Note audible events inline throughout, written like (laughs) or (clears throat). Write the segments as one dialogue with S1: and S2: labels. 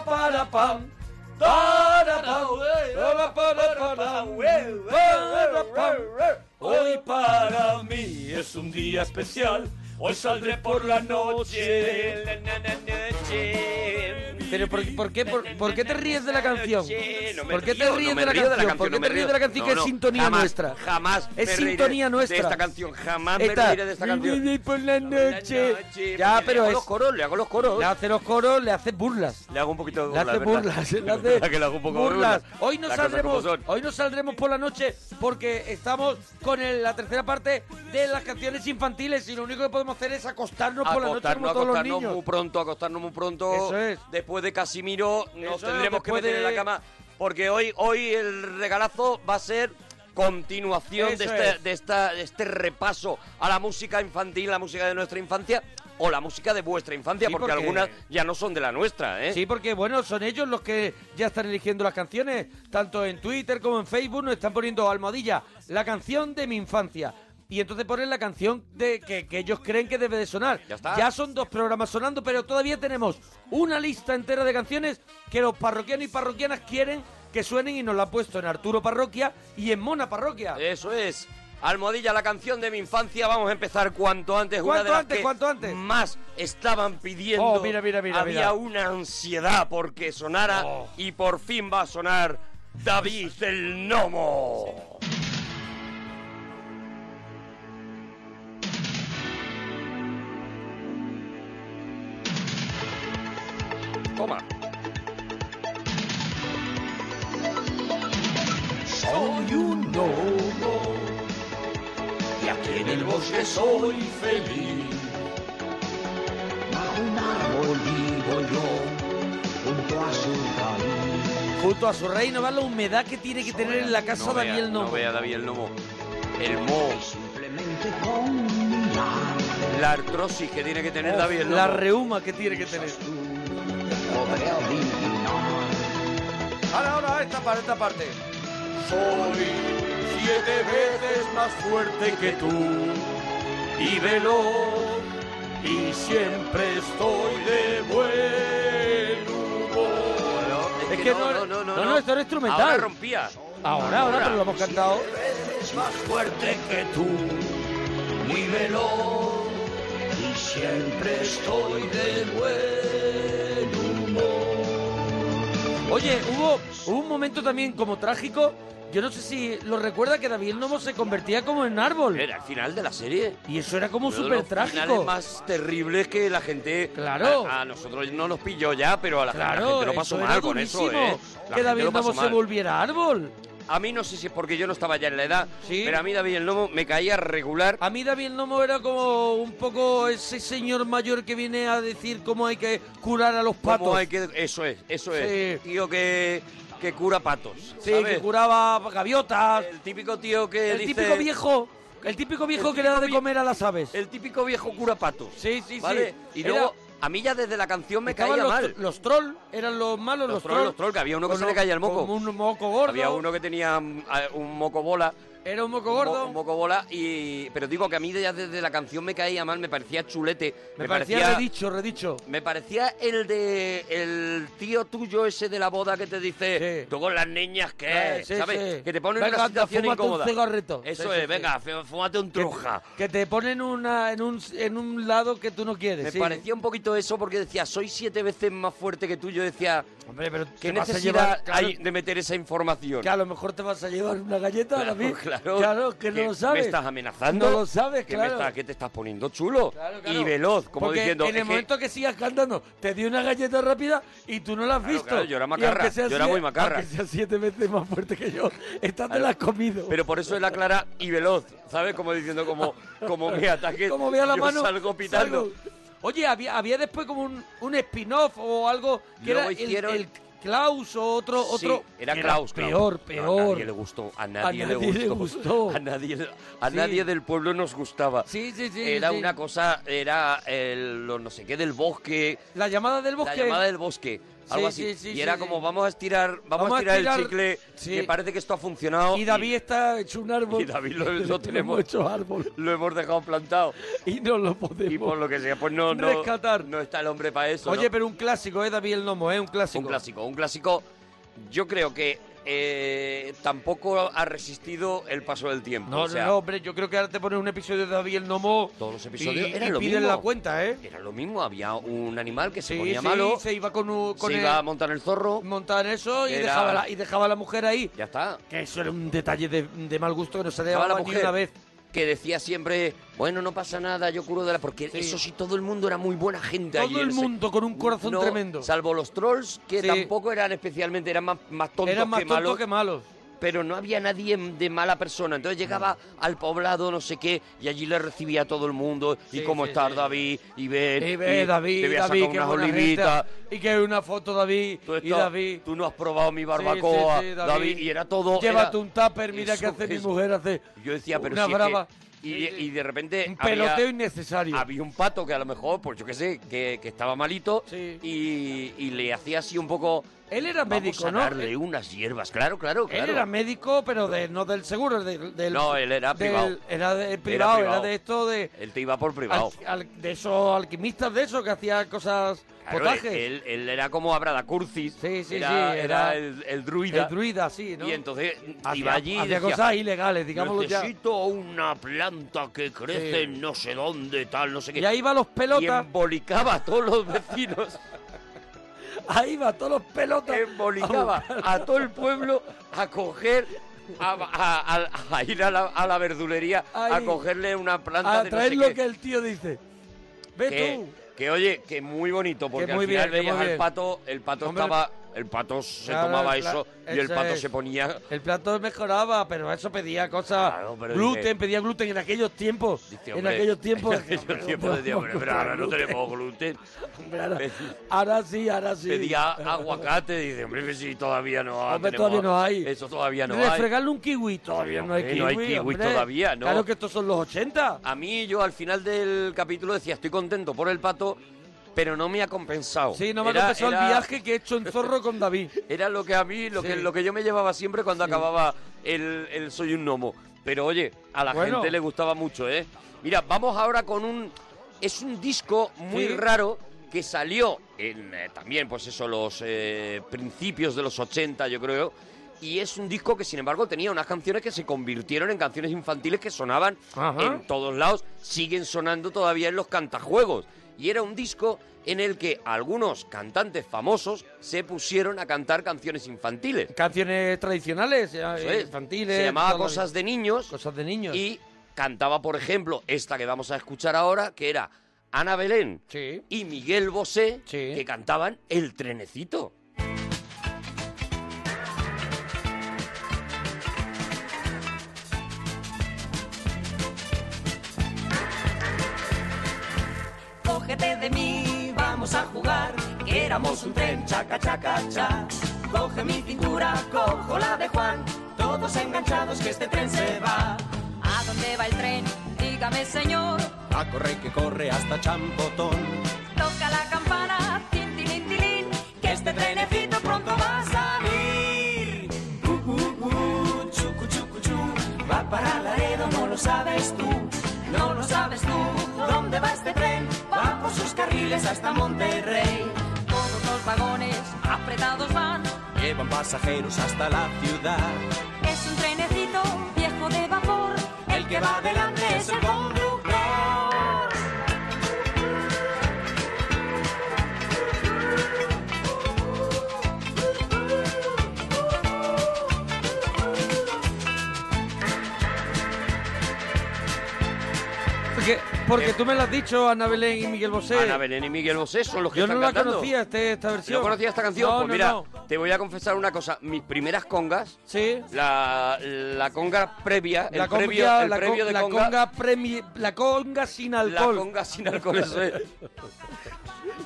S1: pam. Hoy para mí es un día especial. Hoy saldré por la noche. La na, na, noche.
S2: Pero por, por qué, por, por qué te ríes de la canción?
S1: No me
S2: ¿Por qué te
S1: río,
S2: ríes
S1: no me
S2: de la
S1: río de la
S2: canción? ¿Por qué
S1: canción, no me
S2: te ríes
S1: río.
S2: de la canción que
S1: No,
S2: es
S1: no,
S2: sintonía
S1: jamás,
S2: nuestra?
S1: jamás me
S2: es
S1: reiré
S2: sintonía
S1: de
S2: nuestra.
S1: esta canción, jamás me
S2: Está,
S1: reiré de esta canción.
S2: "Viviré por la noche.
S1: Ya,
S2: Ya,
S1: pero
S2: pero
S1: hago
S2: es
S1: los coros, le hago los coros.
S2: le hace los coros, le hace burlas.
S1: Le hago un poquito de
S2: Le
S1: burla,
S2: hace
S1: es verdad.
S2: burlas,
S1: (laughs)
S2: le hace
S1: Es verdad que le hago un poco de burla.
S2: burlas. Hoy no
S1: Las cosas como
S2: saldremos,
S1: son.
S2: hoy no saldremos por la noche porque estamos con el- la tercera parte de las canciones infantiles y lo único que podemos hacer es acostarnos por la noche como
S1: acostarnos,
S2: todos los
S1: acostarnos uh,
S2: niños.
S1: muy pronto, acostarnos muy pronto.
S2: Eso es.
S1: Después de Casimiro nos
S2: Eso es,
S1: tendremos que
S2: después
S1: meter en
S2: de-
S1: la cama. Porque hoy, hoy el regalazo va a ser continuación de
S2: Eso
S1: este,
S2: es.
S1: de, esta, de este repaso a la música infantil, la música de nuestra infancia o la música de vuestra infancia,
S2: Sí,
S1: porque,
S2: porque-
S1: algunas ya no son de la nuestra, ¿eh?
S2: Sí, porque bueno, son ellos los que ya están eligiendo las canciones, tanto en Twitter como en Facebook nos están poniendo almohadilla, la canción de mi infancia. Y entonces ponen la canción de que, que ellos creen que debe de sonar.
S1: Ya está.
S2: son dos programas sonando, pero todavía tenemos una lista entera de canciones que los parroquianos y parroquianas quieren que suenen y nos la han puesto en Arturo Parroquia y en Mona Parroquia.
S1: Eso es. Almohadilla, la canción de mi infancia. Vamos a empezar cuanto antes. una
S2: ¿Cuánto
S1: de las
S2: antes,
S1: que
S2: cuánto antes?
S1: Más estaban pidiendo.
S2: Oh, mira, mira, mira,
S1: Había
S2: mira.
S1: una ansiedad porque sonara
S2: Oh.
S1: y por fin va a sonar David el Nomo. Toma.
S3: Soy un lobo y aquí en el bosque soy feliz. Bajo un árbol vivo yo, junto a su raíz.
S2: Junto a su reino va la humedad que tiene que tener en la casa
S1: No vea,
S2: Daniel Novo.
S1: No vea David el Nomo. Hermoso.
S3: Simplemente con mirar,
S1: La artrosis que tiene que tener David el Nomo.
S2: la reuma que tiene que tener.
S3: tú podré adivinar.
S2: Ahora, ahora, esta parte, esta parte.
S1: Soy siete veces más fuerte que tú y veloz y siempre estoy de buen humor.
S2: Es que no- no, no, esto era instrumental.
S1: Ahora rompía.
S2: Ahora, ahora, pero lo hemos cantado.
S3: Es más fuerte que tú, muy veloz y siempre estoy de buen humor.
S2: Oye, hubo, hubo un momento también como trágico. Yo no sé si lo recuerda que David el Nomo se convertía como en árbol.
S1: Era el final de la serie.
S2: Y eso era como
S1: Uno de
S2: súper
S1: los finales
S2: trágico.
S1: más terribles que la gente.
S2: Claro.
S1: A, a nosotros no nos pilló ya, pero a la, la
S2: Claro,
S1: gente lo pasó
S2: eso era
S1: mal con eso,
S2: durísimo,
S1: ¿eh? La
S2: Que
S1: gente
S2: David
S1: lo
S2: el
S1: pasó
S2: Nomo se
S1: mal.
S2: volviera árbol.
S1: A mí no sé si es porque yo no estaba ya en la edad,
S2: Sí.
S1: pero a mí David el Lomo me caía regular.
S2: A mí David el Nomo era como un poco ese señor mayor que viene a decir cómo hay que curar a los
S1: ¿Cómo
S2: patos.
S1: hay que- Eso es, eso es.
S2: Sí.
S1: Tío que, que cura patos.
S2: Sí,
S1: ¿sabes?
S2: que curaba gaviotas.
S1: El típico tío que
S2: El
S1: dice-
S2: típico viejo, el típico viejo
S1: El
S2: que le da
S1: típico
S2: de
S1: vie-
S2: comer a las aves.
S1: El típico viejo cura patos.
S2: Sí, sí,
S1: ¿vale?
S2: sí.
S1: Y
S2: Era-
S1: luego, a mí ya desde la canción me
S2: Estaban
S1: caía
S2: los,
S1: mal.
S2: los troll, eran los malos,
S1: Los
S2: los,
S1: troll,
S2: troll.
S1: los troll, que había uno que
S2: Con
S1: se
S2: un-
S1: le caía el moco.
S2: con un moco gordo.
S1: Había uno que tenía mm, a- un moco bola.
S2: Era un moco
S1: un mo-
S2: gordo.
S1: Un moco bola. Y... Pero digo que a mí ya desde la canción me caía mal, me parecía chulete.
S2: me, parecía, redicho, redicho.
S1: Me parecía el de el tío tuyo ese de la boda que te dice
S2: Sí.
S1: tú con las niñas que
S2: Eh, sí,
S1: sabes
S2: sí.
S1: que te ponen en
S2: Venga,
S1: una
S2: anda,
S1: situación
S2: fúmate un
S1: incómoda.
S2: cigarrito.
S1: Eso
S2: Sí,
S1: es,
S2: sí, sí.
S1: venga, fú- fúmate un truja.
S2: Que te ponen una, en, un, en un lado que tú no quieres.
S1: Me
S2: sí.
S1: parecía un poquito eso porque decía soy siete veces más fuerte que tú. Yo decía
S2: Hombre, pero
S1: qué
S2: te vas a
S1: necesidad
S2: llevar- claro,
S1: hay de meter esa información.
S2: que a lo mejor te vas a llevar una galleta
S1: Claro,
S2: a mí.
S1: claro.
S2: que no
S1: ¿Qué-
S2: lo sabes.
S1: Me estás amenazando.
S2: No lo sabes,
S1: que me
S2: claro.
S1: estás- que te estás poniendo chulo
S2: Claro,
S1: y
S2: claro.
S1: veloz, como
S2: Porque
S1: diciendo.
S2: En el
S1: es que-
S2: momento que... sigas cantando, te di una galleta rápida y tú no la has
S1: Claro,
S2: visto.
S1: claro, yo era
S2: Y
S1: macarra,
S2: aunque sea
S1: yo era
S2: siete-
S1: muy macarra.
S2: Aunque sea siete veces más fuerte que yo, esta te la has comido.
S1: Pero por eso es la clara y veloz, ¿sabes? Como diciendo, como, como me ataque,
S2: como vea la
S1: yo
S2: mano.
S1: salgo pitando.
S2: salgo. Oye, había, había después como un, un spin-off o algo que
S1: Luego
S2: era el-
S1: hicieron-
S2: el, Klaus o otro.
S1: Sí,
S2: otro
S1: era
S2: que
S1: Klaus, Klaus.
S2: Peor,
S1: No, a
S2: peor.
S1: nadie le gustó, a nadie, le
S2: nadie
S1: gustó.
S2: le gustó.
S1: (laughs) A nadie, a
S2: Sí.
S1: nadie del pueblo nos gustaba.
S2: sí, sí, sí.
S1: era
S2: sí.
S1: una cosa, era el, lo no sé qué del bosque,
S2: La llamada del
S1: la
S2: bosque.
S1: llamada del bosque. algo así. y era como, vamos a estirar, vamos, a estirar, el chicle, que parece que esto ha funcionado.
S2: Y David está hecho un árbol.
S1: y David
S2: (laughs)
S1: lo, lo
S2: Lo
S1: tenemos
S2: hemos hecho árbol.
S1: Lo hemos dejado plantado.
S2: Y no lo podemos.
S1: Y por lo que sea, pues no, no, no está el hombre para eso.
S2: Oye,
S1: ¿no?
S2: pero un clásico, ¿eh, David el Nomo? ¿eh? Un clásico.
S1: Un clásico, un clásico. Yo creo que eh, tampoco ha resistido el paso del tiempo.
S2: No,
S1: o sea,
S2: no, hombre, yo creo que ahora te pones un episodio de David el Nomo.
S1: Todos los episodios
S2: y,
S1: eran
S2: y
S1: lo
S2: piden
S1: mismo.
S2: la cuenta, ¿eh?
S1: Era lo mismo, había un animal que se
S2: Sí,
S1: ponía
S2: sí,
S1: malo,
S2: se iba con, un- con
S1: se
S2: el-
S1: iba a montar el zorro.
S2: montar en eso y
S1: Era-
S2: dejaba, la, y dejaba a la mujer ahí.
S1: Ya está.
S2: Que eso era un detalle de, de mal gusto que no se le
S1: Estaba
S2: daba
S1: la
S2: ni
S1: mujer
S2: una vez.
S1: que decía siempre, bueno, no pasa nada, yo curo de la... Porque eso sí, todo el mundo era muy buena gente
S2: Todo
S1: allí en
S2: el
S1: ese-
S2: mundo con un corazón
S1: No,
S2: tremendo.
S1: Salvo los trolls, que
S2: Sí.
S1: tampoco eran especialmente, eran más, más tontos
S2: Eran más
S1: que
S2: tontos
S1: malos.
S2: que malos.
S1: Pero no había nadie de mala persona. Entonces llegaba al poblado, no sé qué, y allí le recibía a todo el mundo.
S2: Sí,
S1: y cómo
S2: sí,
S1: está
S2: sí.
S1: David, eh, y ver.
S2: Y ve, David,
S1: te voy a sacar
S2: David, qué
S1: unas
S2: buena
S1: olivitas.
S2: gente. Y que hay una foto, David,
S1: Tú,
S2: y
S1: estás-
S2: David.
S1: tú no has probado mi barbacoa,
S2: sí, sí,
S1: David.
S2: David.
S1: Y era todo.
S2: Llévate
S1: era-
S2: un tupper, mira
S1: Eso,
S2: qué hace mi
S1: eso.
S2: mujer, hace
S1: Yo decía, pero
S2: una
S1: si es que-
S2: brava.
S1: y, de- y de repente.
S2: un
S1: había-
S2: peloteo innecesario.
S1: había un pato que a lo mejor, pues yo qué sé, que, que estaba malito
S2: Sí.
S1: y, y le hacía así un poco.
S2: Él era
S1: Vamos
S2: médico,
S1: a
S2: ¿no?
S1: darle unas hierbas, claro, claro, claro.
S2: Él era médico, pero de, no del seguro, del, del-
S1: No, él era
S2: del-
S1: privado.
S2: Era de privado, era,
S1: privado.
S2: de esto de
S1: Él te iba por privado.
S2: al- al- de esos alquimistas de esos que hacía cosas
S1: Claro,
S2: potajes.
S1: él, él era como Abradacurcis.
S2: Sí, sí,
S1: era,
S2: sí,
S1: Era
S2: era
S1: el, el druida.
S2: El druida, sí, ¿no?
S1: Y entonces
S2: Hacía-
S1: iba allí y
S2: hacía
S1: decía,
S2: cosas ilegales, digámoslo ya.
S1: necesito una planta que crece
S2: Sí.
S1: en no sé dónde, tal, no sé qué.
S2: Y ahí va los
S1: Y
S2: pelotas,
S1: embolicaba a todos los vecinos.
S2: (laughs) ahí va todos los pelotas.
S1: embolicaba a todo el pueblo a coger, a, a- a- a ir a la, a la verdulería, a
S2: Ay.
S1: cogerle una planta
S2: a
S1: de no
S2: traer
S1: sé
S2: lo
S1: qué.
S2: que el tío dice. Ve
S1: que,
S2: tú.
S1: que, oye, que muy bonito, porque
S2: muy
S1: al
S2: bien,
S1: final
S2: que
S1: veías
S2: muy
S1: al
S2: bien.
S1: pato, el pato
S2: Hombre,
S1: estaba, el pato se
S2: claro,
S1: tomaba
S2: el pla-
S1: eso y el
S2: eso
S1: pato
S2: es.
S1: se ponía...
S2: El plato mejoraba, pero eso pedía cosas.
S1: Claro, pero
S2: gluten,
S1: dice-
S2: pedía gluten en aquellos tiempos.
S1: Dice,
S2: en
S1: hombre,
S2: aquellos tiempos.
S1: En
S2: (laughs)
S1: aquellos tiempos decía, hombre, pero ahora no tenemos gluten.
S2: Hombre, ahora, ahora sí, ahora sí.
S1: Pedía aguacate, dice, hombre, si todavía no hay.
S2: Hombre, todavía no hay.
S1: Eso todavía no hay.
S2: Refregarle un kiwi. Todavía no hay
S1: hombre,
S2: kiwi.
S1: no hay kiwi
S2: hombre.
S1: todavía, ¿no? Ah,
S2: Claro que estos son los 80.
S1: A mí yo al final del capítulo decía, estoy contento por el pato, pero no me ha compensado.
S2: Sí, no me
S1: Era-
S2: ha confesado
S1: era-
S2: el viaje que he hecho en Zorro con David.
S1: Era lo que a mí, lo,
S2: Sí.
S1: que, lo que yo me llevaba siempre cuando acababa el, el Soy un Gnomo. Pero oye, a la
S2: Bueno.
S1: gente le gustaba mucho, ¿eh? Mira, vamos ahora con un... Es un disco muy
S2: Sí.
S1: raro que salió en eh, también, pues eso, los eh, principios de los 80, yo creo. Y es un disco que, sin embargo, tenía unas canciones que se convirtieron en canciones infantiles que sonaban
S2: Ajá.
S1: en todos lados siguen sonando todavía en los cantajuegos. Y era un disco en el que algunos cantantes famosos se pusieron a cantar canciones infantiles.
S2: Canciones tradicionales, ya,
S1: Eso es.
S2: infantiles.
S1: Se llamaba
S2: toda la-
S1: Cosas de Niños
S2: cosas de niños.
S1: y cantaba, por ejemplo, esta que vamos a escuchar ahora, que era Ana Belén
S2: Sí.
S1: y Miguel Bosé,
S2: Sí.
S1: que cantaban El Trenecito.
S4: Cógete de mí, vamos a jugar, que éramos un tren, chaca, chaca, cha. Coge mi cintura, cojo la de Juan, todos enganchados que este tren se va.
S5: ¿A dónde va el tren? Dígame, señor.
S4: A correr que corre hasta Champotón,
S5: Toca la campana, tin, tilín, tilín.
S4: que este trenecito pronto va a salir. Uh, uh, uh, chucu, chucu, chu, va para Laredo, no lo sabes tú, no lo sabes tú, ¿dónde va este tren? Va por sus carriles hasta Monterrey.
S5: Todos los vagones apretados van.
S4: Llevan pasajeros hasta la ciudad.
S5: Es un trenecito viejo de vapor.
S4: El que va delante es el conductor.
S2: Porque, porque tú me lo has dicho, Ana Belén y Miguel Bosé.
S1: Eh, Ana Belén y Miguel Bosé son los que
S2: Yo no
S1: están
S2: la
S1: cantando.
S2: conocía este- esta versión.
S1: ¿No conocías esta canción?
S2: No,
S1: pues
S2: no,
S1: mira,
S2: no.
S1: te voy a confesar una cosa. Mis primeras congas
S2: Sí.
S1: La, la conga previa, el,
S2: conga-
S1: previo, el
S2: la
S1: previo
S2: con-
S1: de
S2: la
S1: conga,
S2: premi- la conga sin
S1: la
S2: alcohol.
S1: conga sin alcohol, eso es.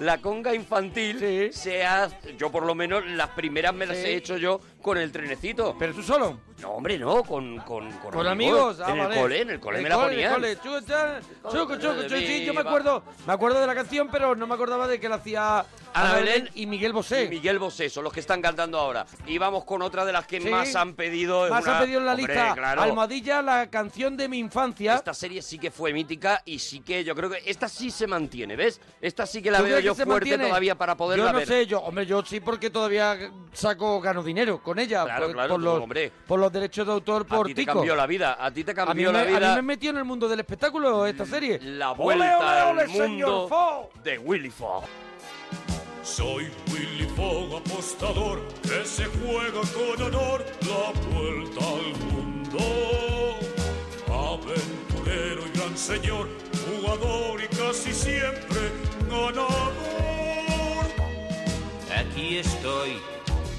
S1: La conga infantil
S2: Sí.
S1: se ha, yo por lo menos las primeras me las
S2: Sí.
S1: he hecho yo con el trenecito.
S2: ¿Pero tú solo?
S1: No, hombre, no, con, con,
S2: Con amigos, ah,
S1: en el
S2: vale.
S1: cole, en el cole me la
S2: cole,
S1: ponían.
S2: el cole. Chucu, cha, chucu, chucu, chu, sí, yo me
S1: Viva.
S2: acuerdo, me acuerdo de la canción, pero no me acordaba de que la hacía
S1: Ana Belén
S2: y Miguel Bosé.
S1: Y Miguel Bosé, son los que están cantando ahora. Y vamos con otra de las que
S2: Sí.
S1: más han pedido. es
S2: Más
S1: una-
S2: ha pedido en la
S1: Hombre,
S2: lista
S1: claro.
S2: Almohadilla, la canción de mi infancia.
S1: Esta serie sí que fue mítica y sí que yo creo que esta sí se mantiene, ¿ves? Esta sí que la
S2: ¿Tú
S1: veo
S2: crees que
S1: yo
S2: se
S1: fuerte
S2: mantiene?
S1: todavía para poderla
S2: Yo no
S1: ver.
S2: sé, yo, hombre, yo sí porque todavía saco, gano dinero con ella.
S1: Claro,
S2: por,
S1: claro,
S2: por
S1: tú,
S2: los,
S1: hombre.
S2: por los derechos de autor,
S1: a
S2: por
S1: ti te
S2: Tico.
S1: cambió la vida, a ti te
S2: A mí,
S1: cambió
S2: me,
S1: la vida.
S2: a mí me metió en el mundo del espectáculo esta serie.
S1: La vuelta
S2: Ole, ole, ole,
S1: al mundo
S2: señor Fo.
S1: de Willy Fogg.
S3: Soy Willy Fogg, apostador, que se juega con honor la vuelta al mundo. Aventurero y gran señor, jugador y casi siempre ganador.
S6: Aquí estoy,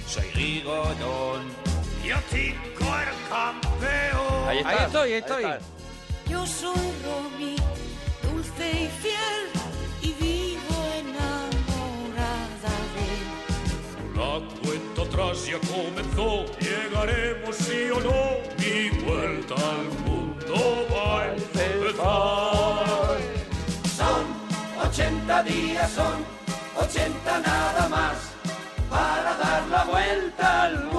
S6: soy Rigodón.
S3: Yo Tico el campeón.
S1: Ahí,
S2: Ahí
S1: estás,
S2: estoy, ahí estoy.
S1: estás.
S7: Yo soy Romy, dulce y fiel, y vivo enamorada de él.
S3: La cuenta atrás ya comenzó, llegaremos sí o no, mi vuelta al mundo va a empezar.
S4: Son 80 días, son 80 nada más para dar la vuelta al mundo.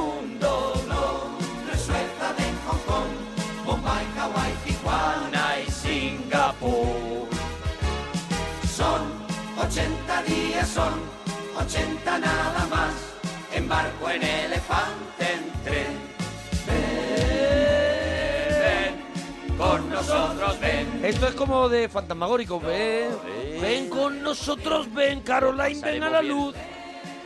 S4: Londres, Suecia, de Hong Kong, Bombay, Hawái, Tijuana y Singapur. Son 80 días, son 80 nada más. Embarco en elefante, en tren. Ven, ven, con nosotros ven.
S2: Esto es como de fantasmagórico. ven, ven con nosotros, ven, Caroline, ven a
S1: Salimos
S2: la
S1: bien.
S2: luz.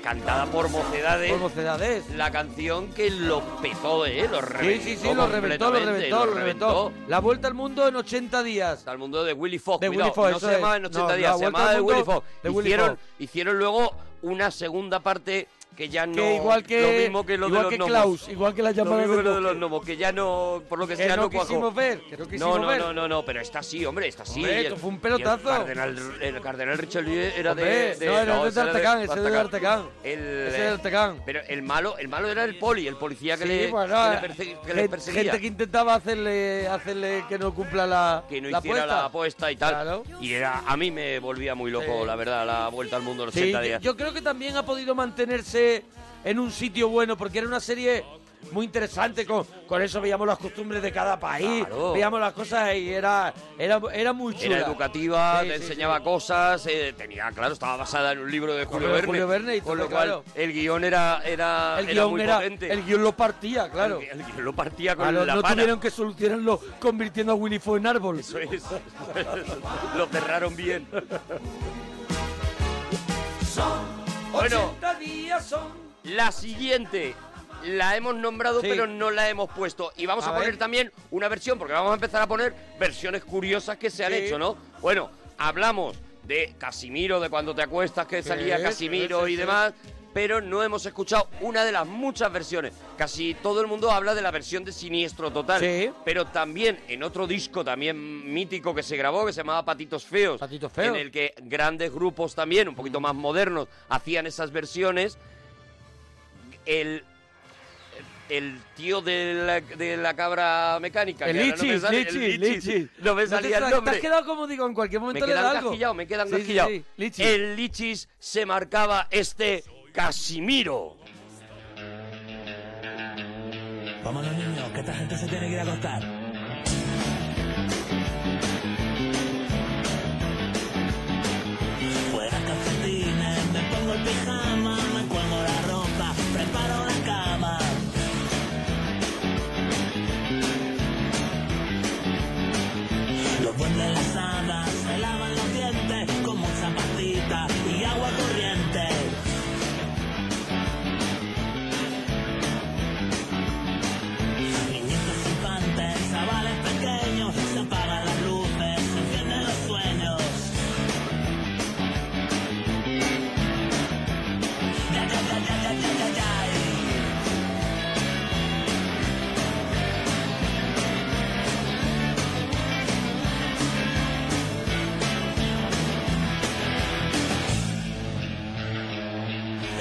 S1: Cantada por mocedades.
S2: Por mocedades.
S1: La canción que lo petó, ¿eh? Lo
S2: Sí,
S1: reventó.
S2: sí, sí, lo reventó, lo
S1: completamente,
S2: reventó, lo reventó.
S1: reventó.
S2: La vuelta al mundo en 80 días.
S1: Al mundo de Willy Fox.
S2: De
S1: cuidado,
S2: Willy Fox,
S1: no
S2: eso
S1: se
S2: es.
S1: llamaba en 80
S2: No, la
S1: días, se
S2: Vuelta
S1: llamaba
S2: al
S1: de
S2: Mundo
S1: Willy Fox.
S2: de Willy
S1: hicieron,
S2: Fox.
S1: hicieron luego una segunda parte que ya no.
S2: que igual que,
S1: Lo mismo que lo
S2: igual
S1: de los
S2: que
S1: gnomos.
S2: Klaus, igual que la
S1: Lo
S2: llamada
S1: mismo
S2: de
S1: que lo de
S2: Klaus.
S1: los gnomos, que ya no. Por lo que
S2: Que
S1: sea,
S2: no
S1: no cuajó.
S2: quisimos ver, que no quisimos
S1: No, no,
S2: ver.
S1: no, no, no, pero esta sí, hombre, esta sí.
S2: Hombre,
S1: y el-
S2: esto fue un
S1: y
S2: pelotazo.
S1: El cardenal, el cardenal Richelieu era de,
S2: Hombre,
S1: de-
S2: no, era de
S1: ese
S2: D'Artagnan, ese de
S1: D'Artagnan.
S2: D'Artagnan.
S1: El,
S2: Ese de D'Artagnan.
S1: Pero el malo, el malo era el poli, el policía que
S2: Sí,
S1: le,
S2: bueno,
S1: que le
S2: eh,
S1: perse- que le
S2: gen-
S1: perseguía.
S2: gente que intentaba hacerle, hacerle que no cumpla la,
S1: que no
S2: la
S1: hiciera
S2: apuesta.
S1: la apuesta y tal.
S2: Claro.
S1: Y era, a mí me volvía muy loco,
S2: Sí.
S1: la verdad, la vuelta al mundo en los
S2: Sí,
S1: 80
S2: yo,
S1: días.
S2: yo creo que también ha podido mantenerse en un sitio bueno, porque era una serie muy interesante, con, con eso veíamos las costumbres de cada país,
S1: Claro.
S2: veíamos las cosas y era, era, era muy chula.
S1: Era educativa,
S2: Sí,
S1: te
S2: sí,
S1: enseñaba
S2: sí.
S1: cosas, eh, tenía, claro, estaba basada en un libro de Julio
S2: Hombre,
S1: Verne.
S2: Julio Verne, y
S1: con lo
S2: todo,
S1: cual
S2: claro.
S1: el guión era, era,
S2: El
S1: era
S2: guión,
S1: muy
S2: era-
S1: potente.
S2: el guión lo partía, claro.
S1: El- el guión lo partía con
S2: Claro,
S1: la
S2: no
S1: pana.
S2: tuvieron que solucionarlo convirtiendo a Willy Fo en árbol.
S1: (laughs) Eso es. (laughs) lo cerraron bien. Bueno, la siguiente la hemos nombrado
S2: Sí.
S1: pero no la hemos puesto. Y vamos a,
S2: A
S1: poner
S2: ver.
S1: también una versión, porque vamos a empezar a poner versiones curiosas que se han
S2: Sí.
S1: hecho, ¿no? Bueno, hablamos de Casimiro, de cuando te acuestas, que
S2: Sí,
S1: salía
S2: sí,
S1: Casimiro
S2: sí,
S1: y
S2: sí.
S1: demás. Pero no hemos escuchado una de las muchas versiones. Casi todo el mundo habla de la versión de Siniestro Total.
S2: Sí.
S1: Pero también en otro disco también mítico que se grabó, que se llamaba Patitos Feos.
S2: Patitos Feos.
S1: En el que grandes grupos también, un poquito más modernos, hacían esas versiones. El, el tío de la, de la cabra mecánica.
S2: El
S1: que ahora no me
S2: Lichis,
S1: sale- el
S2: Lichis,
S1: Lichis.
S2: Lichis.
S1: No me
S2: te-
S1: salía el
S2: te-
S1: nombre.
S2: Te has quedado como digo, en cualquier
S1: me
S2: momento le da
S1: quedan
S2: algo.
S1: casquillado, me quedan
S2: Sí, sí,
S1: casquillado.
S2: sí, Lichis.
S1: El Lichis se marcaba este Casimiro.
S8: Vamos los niños, que esta gente se tiene que ir a acostar. Fuera calcetines, me pongo el pijama, me cuelgo la ropa, preparo la cama. Los duendes las hadas se lavan los dientes con mucha pastita y agua corriente. Niñitos infantes, a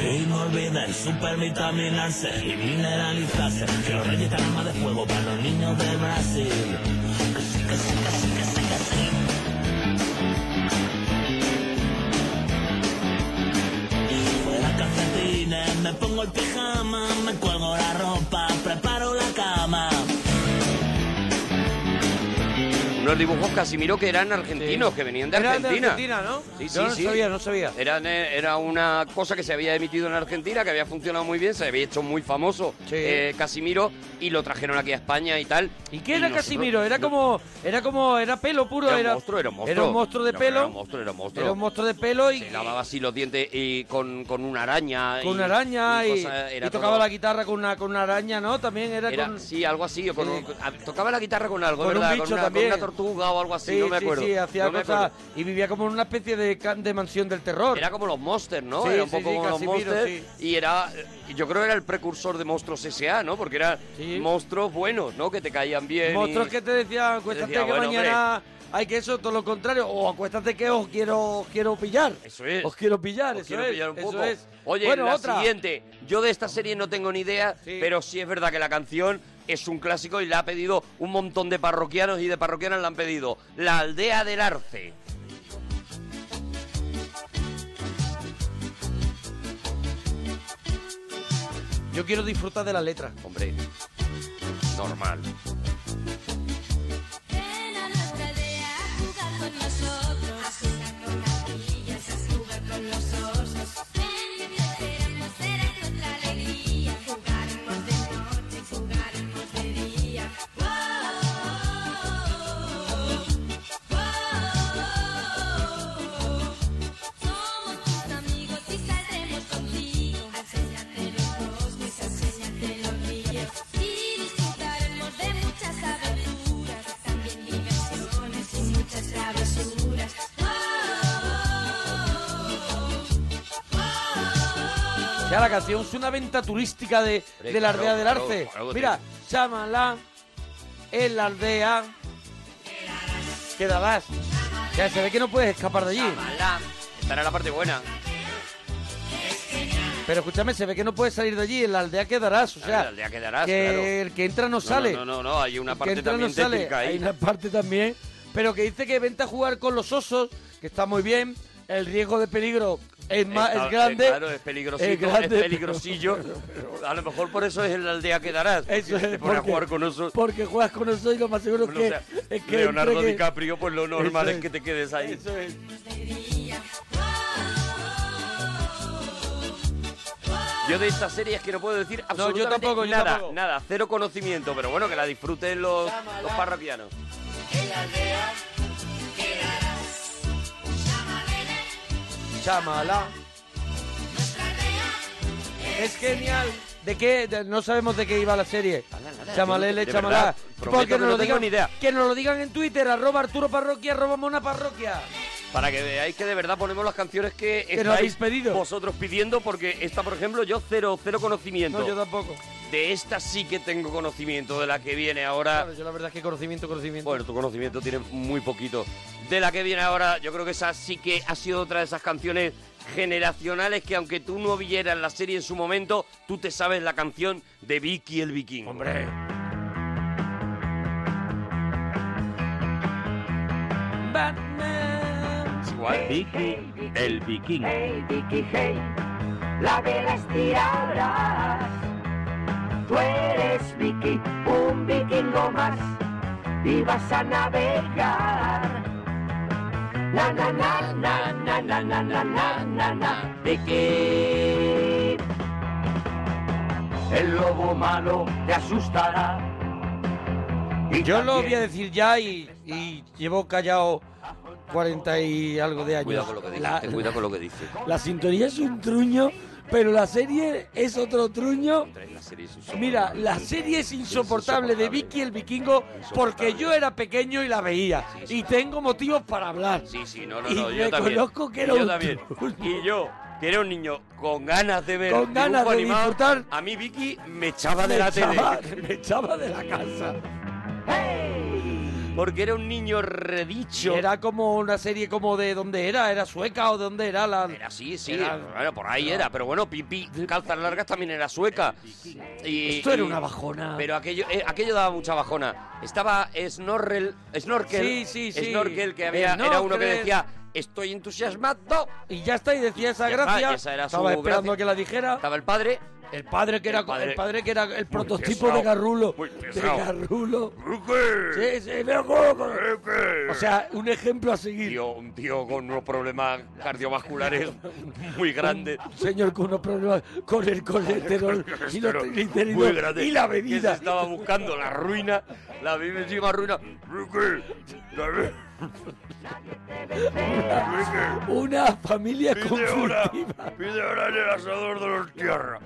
S8: Y no olviden supervitaminarse y mineralizarse. Que los reyes están más de fuego para los niños de Brasil. Que sí, que sí, que sí, que sí, que sí. Fuera calcetines, me pongo el pijama, me cuelgo la ropa, preparo la cama.
S1: Unos dibujos Casimiro que eran argentinos, que venían de
S2: Eran de
S1: Argentina.
S2: Argentina, ¿no?
S1: Sí,
S2: Yo
S1: sí,
S2: no
S1: sí.
S2: sabía, no sabía.
S1: Eran, eh, era una cosa que se había emitido en Argentina, que había funcionado muy bien, se había hecho muy famoso eh, Casimiro y lo trajeron aquí a España y tal. ¿Y
S2: ¿Qué era
S1: nosotros-
S2: Casimiro? Era como, era como, era pelo puro.
S1: Era un
S2: Era
S1: monstruo, era un monstruo.
S2: Era un monstruo de
S1: Era-
S2: pelo.
S1: Era un monstruo, era un monstruo.
S2: Era un monstruo de pelo y
S1: Se lavaba así los dientes y con, con una araña.
S2: con
S1: y-
S2: una araña y,
S1: cosas, era
S2: y tocaba
S1: todo-
S2: la guitarra con una, con una araña, ¿no? También era,
S1: Era-
S2: con...
S1: Sí, algo así. o con
S2: Sí.
S1: un- a- tocaba la guitarra con algo,
S2: Con un
S1: ¿verdad?
S2: bicho
S1: una,
S2: también.
S1: una tortuga o algo así,
S2: Sí,
S1: no me
S2: sí,
S1: acuerdo.
S2: sí, hacía
S1: No me
S2: cosas
S1: acuerdo.
S2: y vivía como en una especie de, can- de mansión del terror.
S1: Era como los monsters, ¿no?
S2: Sí,
S1: era un
S2: sí,
S1: poco
S2: sí,
S1: como los
S2: Casimiro,
S1: monsters.
S2: sí.
S1: Y era, eh, yo creo que era el precursor de monstruos S.A., ¿no? Porque eran monstruos buenos, ¿no? Que te caían bien.
S2: Monstruos
S1: y-
S2: que te decían, acuéstate
S1: decía,
S2: que
S1: "Bueno,
S2: mañana hay que eso, todo lo contrario, o acuéstate que os quiero, os quiero pillar.
S1: Eso es.
S2: Os quiero pillar,
S1: Os
S2: eso
S1: quiero
S2: es.
S1: pillar un
S2: eso
S1: poco.
S2: es.
S1: Oye,
S2: bueno,
S1: la
S2: otra.
S1: siguiente. Yo de esta serie no tengo ni idea, pero sí es verdad que la canción es un clásico y la ha pedido un montón de parroquianos y de parroquianas la han pedido. La aldea del arce.
S2: Yo quiero disfrutar de la letra.
S1: Hombre, normal.
S9: Ven a nuestra aldea a jugar con nosotros. A jugar con gatillas, a jugar con los osos. Ven que placeremos, será nuestra alegría. Jugaremos de noche, jugaremos de día. Wow, wow. Somos tus amigos y saldremos contigo. Enséñate los bosques, enséñate los ríos. Y disfrutaremos de muchas aventuras. También diversiones y muchas travesuras.
S2: O sea, la canción es una venta turística de,
S1: Hombre,
S2: de la
S1: claro,
S2: aldea del
S1: claro,
S2: arce.
S1: claro que
S2: Mira, chámala en la aldea. Quedarás. O sea, se ve que no puedes escapar de allí.
S1: Ala, Esta era la parte buena.
S2: Pero escúchame, se ve que no puedes salir de allí. En la aldea quedarás. O sea,
S1: la aldea quedarás,
S2: que
S1: claro.
S2: el que entra no
S1: No,
S2: sale.
S1: No, no, no, no, hay una
S2: que
S1: parte
S2: entra
S1: también
S2: no sale.
S1: técnica
S2: Hay
S1: ahí.
S2: una parte también. Pero que dice que vente a jugar con los osos, que está muy bien. El riesgo de peligro es, más,
S1: Está-
S2: es grande.
S1: eh, Claro, es peligrosito,
S2: Es grande,
S1: es peligrosillo. A lo mejor por eso es en la aldea que darás.
S2: Eso
S1: porque
S2: es,
S1: te pones a
S2: porque-
S1: jugar con osos.
S2: Porque juegas con osos y lo más seguro es
S1: Bueno,
S2: que,
S1: o sea,
S2: es que
S1: Leonardo
S2: entre que-
S1: DiCaprio, pues lo
S2: Eso
S1: normal es,
S2: es.
S1: que te quedes ahí. Yo de esta serie es que no puedo decir
S2: yo
S1: absolutamente
S2: tampoco, yo
S1: nada,
S2: tampoco.
S1: nada, cero conocimiento, pero bueno, que la disfruten los, los parroquianos.
S2: Chamala. Es genial. ¿De qué? De- no sabemos de qué iba la serie.
S1: nada,
S2: Chamalele,
S1: yo no- de
S2: chamalá.
S1: verdad, prometo que no tengo ni idea.
S2: Que nos lo digan en Twitter, arroba Arturo Parroquia, arroba Mona Parroquia.
S1: Para que veáis que de verdad ponemos las canciones que,
S2: Que nos habéis
S1: estáis
S2: pedido.
S1: vosotros pidiendo, porque esta, por ejemplo, yo cero, cero conocimiento.
S2: No, yo tampoco.
S1: De esta sí que tengo conocimiento, de la que viene ahora.
S2: Claro, yo la verdad es que conocimiento, conocimiento.
S1: Bueno, tu conocimiento tiene muy poquito. De la que viene ahora, yo creo que esa sí que ha sido otra de esas canciones generacionales que aunque tú no vieras la serie en su momento, tú te sabes la canción de Vicky el Viking. Hombre.
S2: Batman.
S1: Es igual.
S8: Vicky, el vikingo.
S4: Vicky, hey, la vela estirarás. Tú eres Vicky, un vikingo más, y vas a navegar. Na na na na na na na na na na na, Vicky. El lobo malo te asustará.
S2: Yo lo voy a decir ya y, y llevo callado 40 y algo de años.
S1: Cuidado con lo que dices,
S2: La-
S1: ten cuidado con lo que dices.
S2: La sintonía es un truño, pero la serie es otro truño.
S1: La serie es
S2: Mira, la serie es insoportable de Vicky el Vikingo porque yo era pequeño y la veía. Y tengo motivos para hablar.
S1: Sí, sí, no, no,
S2: Y
S1: no, yo también.
S2: reconozco que era
S1: Y yo
S2: un
S1: también. Y yo, que era un niño con ganas de ver
S2: Con ganas
S1: dibujo
S2: de
S1: animado,
S2: disfrutar.
S1: a mí Vicky me echaba de
S2: Me
S1: la
S2: echaba-
S1: tele.
S2: Me echaba de la casa.
S1: porque era un niño redicho.
S2: Era como una serie como de dónde era, era sueca o de dónde era la. Era
S1: así, Sí, bueno, por ahí era, pero bueno, pipí, calzas largas también era sueca. Y-
S2: Esto era
S1: y-
S2: una bajona.
S1: Pero aquello, eh, aquello daba mucha bajona. Estaba Snorrel, Snorkel,
S2: Sí, sí, sí.
S1: Snorkel, que había, era uno que
S2: Snorkel.
S1: decía, estoy entusiasmado.
S2: Y ya está, y decía esa
S1: Ya está,
S2: gracia.
S1: esa era su
S2: Estaba esperando
S1: gracia.
S2: a que la dijera.
S1: Estaba el padre.
S2: El padre que
S1: El
S2: era
S1: padre-
S2: el padre que era el prototipo
S1: pesado,
S2: de Garrulo.
S1: muy
S2: De
S1: pesado.
S2: Garrulo. Sí, sí, veo cómo- O sea, un ejemplo a seguir.
S1: Tío, un tío con unos problemas
S2: (laughs)
S1: cardiovasculares muy grandes.
S2: Un señor con unos problemas con el colesterol y los
S1: muy
S2: triglicéridos
S1: grande,
S2: y la
S1: que se
S2: bebida.
S1: estaba buscando la ruina, la mismísima ruina.
S2: Una familia conflictiva.
S1: Pide ahora en el asador de los tierras.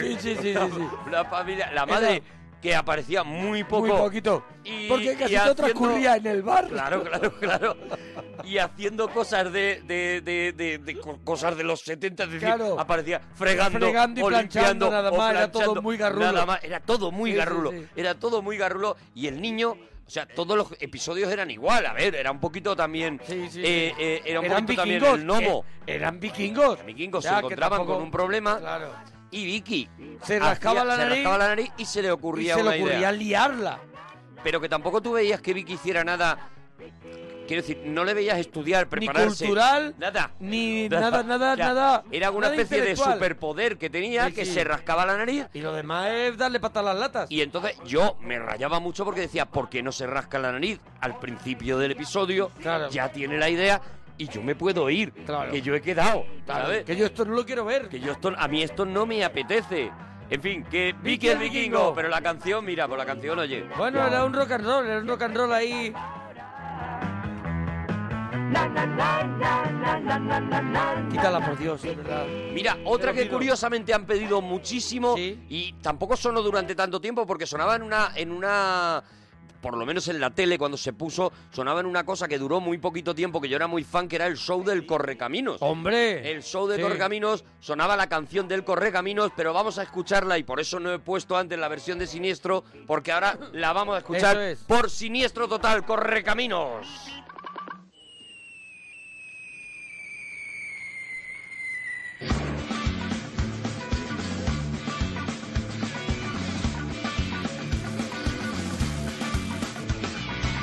S2: Sí, sí, sí, sí, sí.
S1: La familia, la madre que aparecía muy poco.
S2: Muy poquito.
S1: Y-
S2: Porque casi
S1: y
S2: todo
S1: haciendo-
S2: transcurría en el bar.
S1: Claro, claro, claro. Y haciendo cosas de, de, de, de- de co- cosas de los 70, es decir,
S2: Claro.
S1: aparecía fregando,
S2: Fregando y
S1: o
S2: planchando,
S1: limpiando,
S2: nada
S1: o
S2: más, era todo
S1: planchando,
S2: muy garrulo.
S1: nada más, era todo muy
S2: Sí, sí,
S1: garrulo.
S2: sí.
S1: Era todo muy garrulo y el niño, o sea, todos los episodios eran igual, a ver, era un poquito también
S2: sí,
S1: eh,
S2: sí.
S1: eh, era un
S2: Eran
S1: poquito
S2: vikingos,
S1: también el gnomo.
S2: eh, eran vikingos.
S1: Eran vikingos
S2: Ya,
S1: se
S2: que
S1: encontraban
S2: tampoco-
S1: con un problema.
S2: Claro.
S1: Y Vicky
S2: Se
S1: hacía-
S2: rascaba la
S1: se
S2: nariz.
S1: rascaba la nariz y se le ocurría
S2: y se
S1: una
S2: le ocurría
S1: idea
S2: liarla.
S1: pero que tampoco tú veías que Vicky hiciera nada. Quiero decir, no le veías estudiar,
S2: Ni
S1: prepararse.
S2: cultural,
S1: nada.
S2: ni nada, nada,
S1: Ya,
S2: nada.
S1: Era una
S2: nada
S1: especie de
S2: intelectual.
S1: superpoder que tenía
S2: Sí,
S1: que
S2: sí.
S1: se rascaba la nariz.
S2: Y lo demás es darle patas a las latas.
S1: Y entonces yo me rayaba mucho porque decía, ¿por qué no se rasca la nariz? Al principio del episodio
S2: Claro.
S1: ya tiene la idea y yo me puedo ir.
S2: Claro.
S1: Que yo he quedado.
S2: Claro,
S1: ¿sabes?
S2: Que yo esto no lo quiero ver.
S1: Que yo esto, a mí esto no me apetece. En fin, que Vicky
S2: Vicky
S1: es
S2: el
S1: vikingo.
S2: vikingo.
S1: Pero la canción, mira, por la canción, oye.
S2: Bueno, era un rock and roll, era un rock and roll ahí. Quítala, por Dios, de verdad.
S1: Mira, otra que curiosamente han pedido muchísimo y tampoco sonó durante tanto tiempo porque sonaba en una, en una, por lo menos en la tele cuando se puso, sonaba en una cosa que duró muy poquito tiempo que yo era muy fan que era el show del
S2: Oh,
S1: Correcaminos.
S2: Hombre.
S1: El show de
S2: Sí.
S1: Correcaminos sonaba la canción del Correcaminos, pero vamos a escucharla y por eso no he puesto antes la versión de Siniestro porque ahora la vamos a escuchar
S2: Eso es.
S1: por Siniestro Total Correcaminos.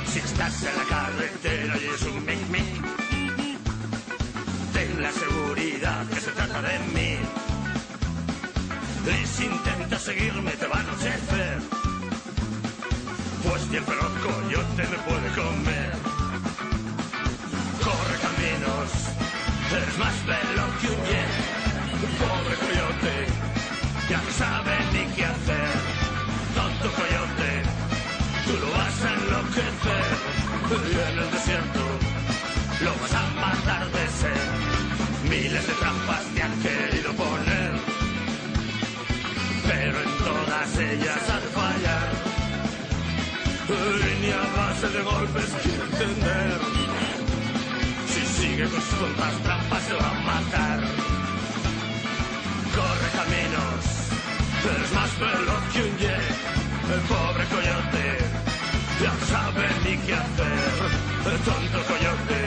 S10: Si estás en la carretera y es un mic mic, ten la seguridad que se trata de mí. Y si intentas seguirme te van a chefer, pues si el perro coyote me puede comer. Corre caminos, eres más veloz que un jet. Pobre coyote, ya no sabe ni qué hacer. Tonto coyote, Tú lo vas a enloquecer y en el desierto lo vas a matar de sed. Miles de trampas te han querido poner, pero en todas ellas has de fallar. Y ni a base de golpes quiere entender. Si sigue con sus tontas trampas se va a matar. Corre caminos, eres más veloz que un jet. El pobre coyote ya no sabe ni qué hacer. El tonto coyote,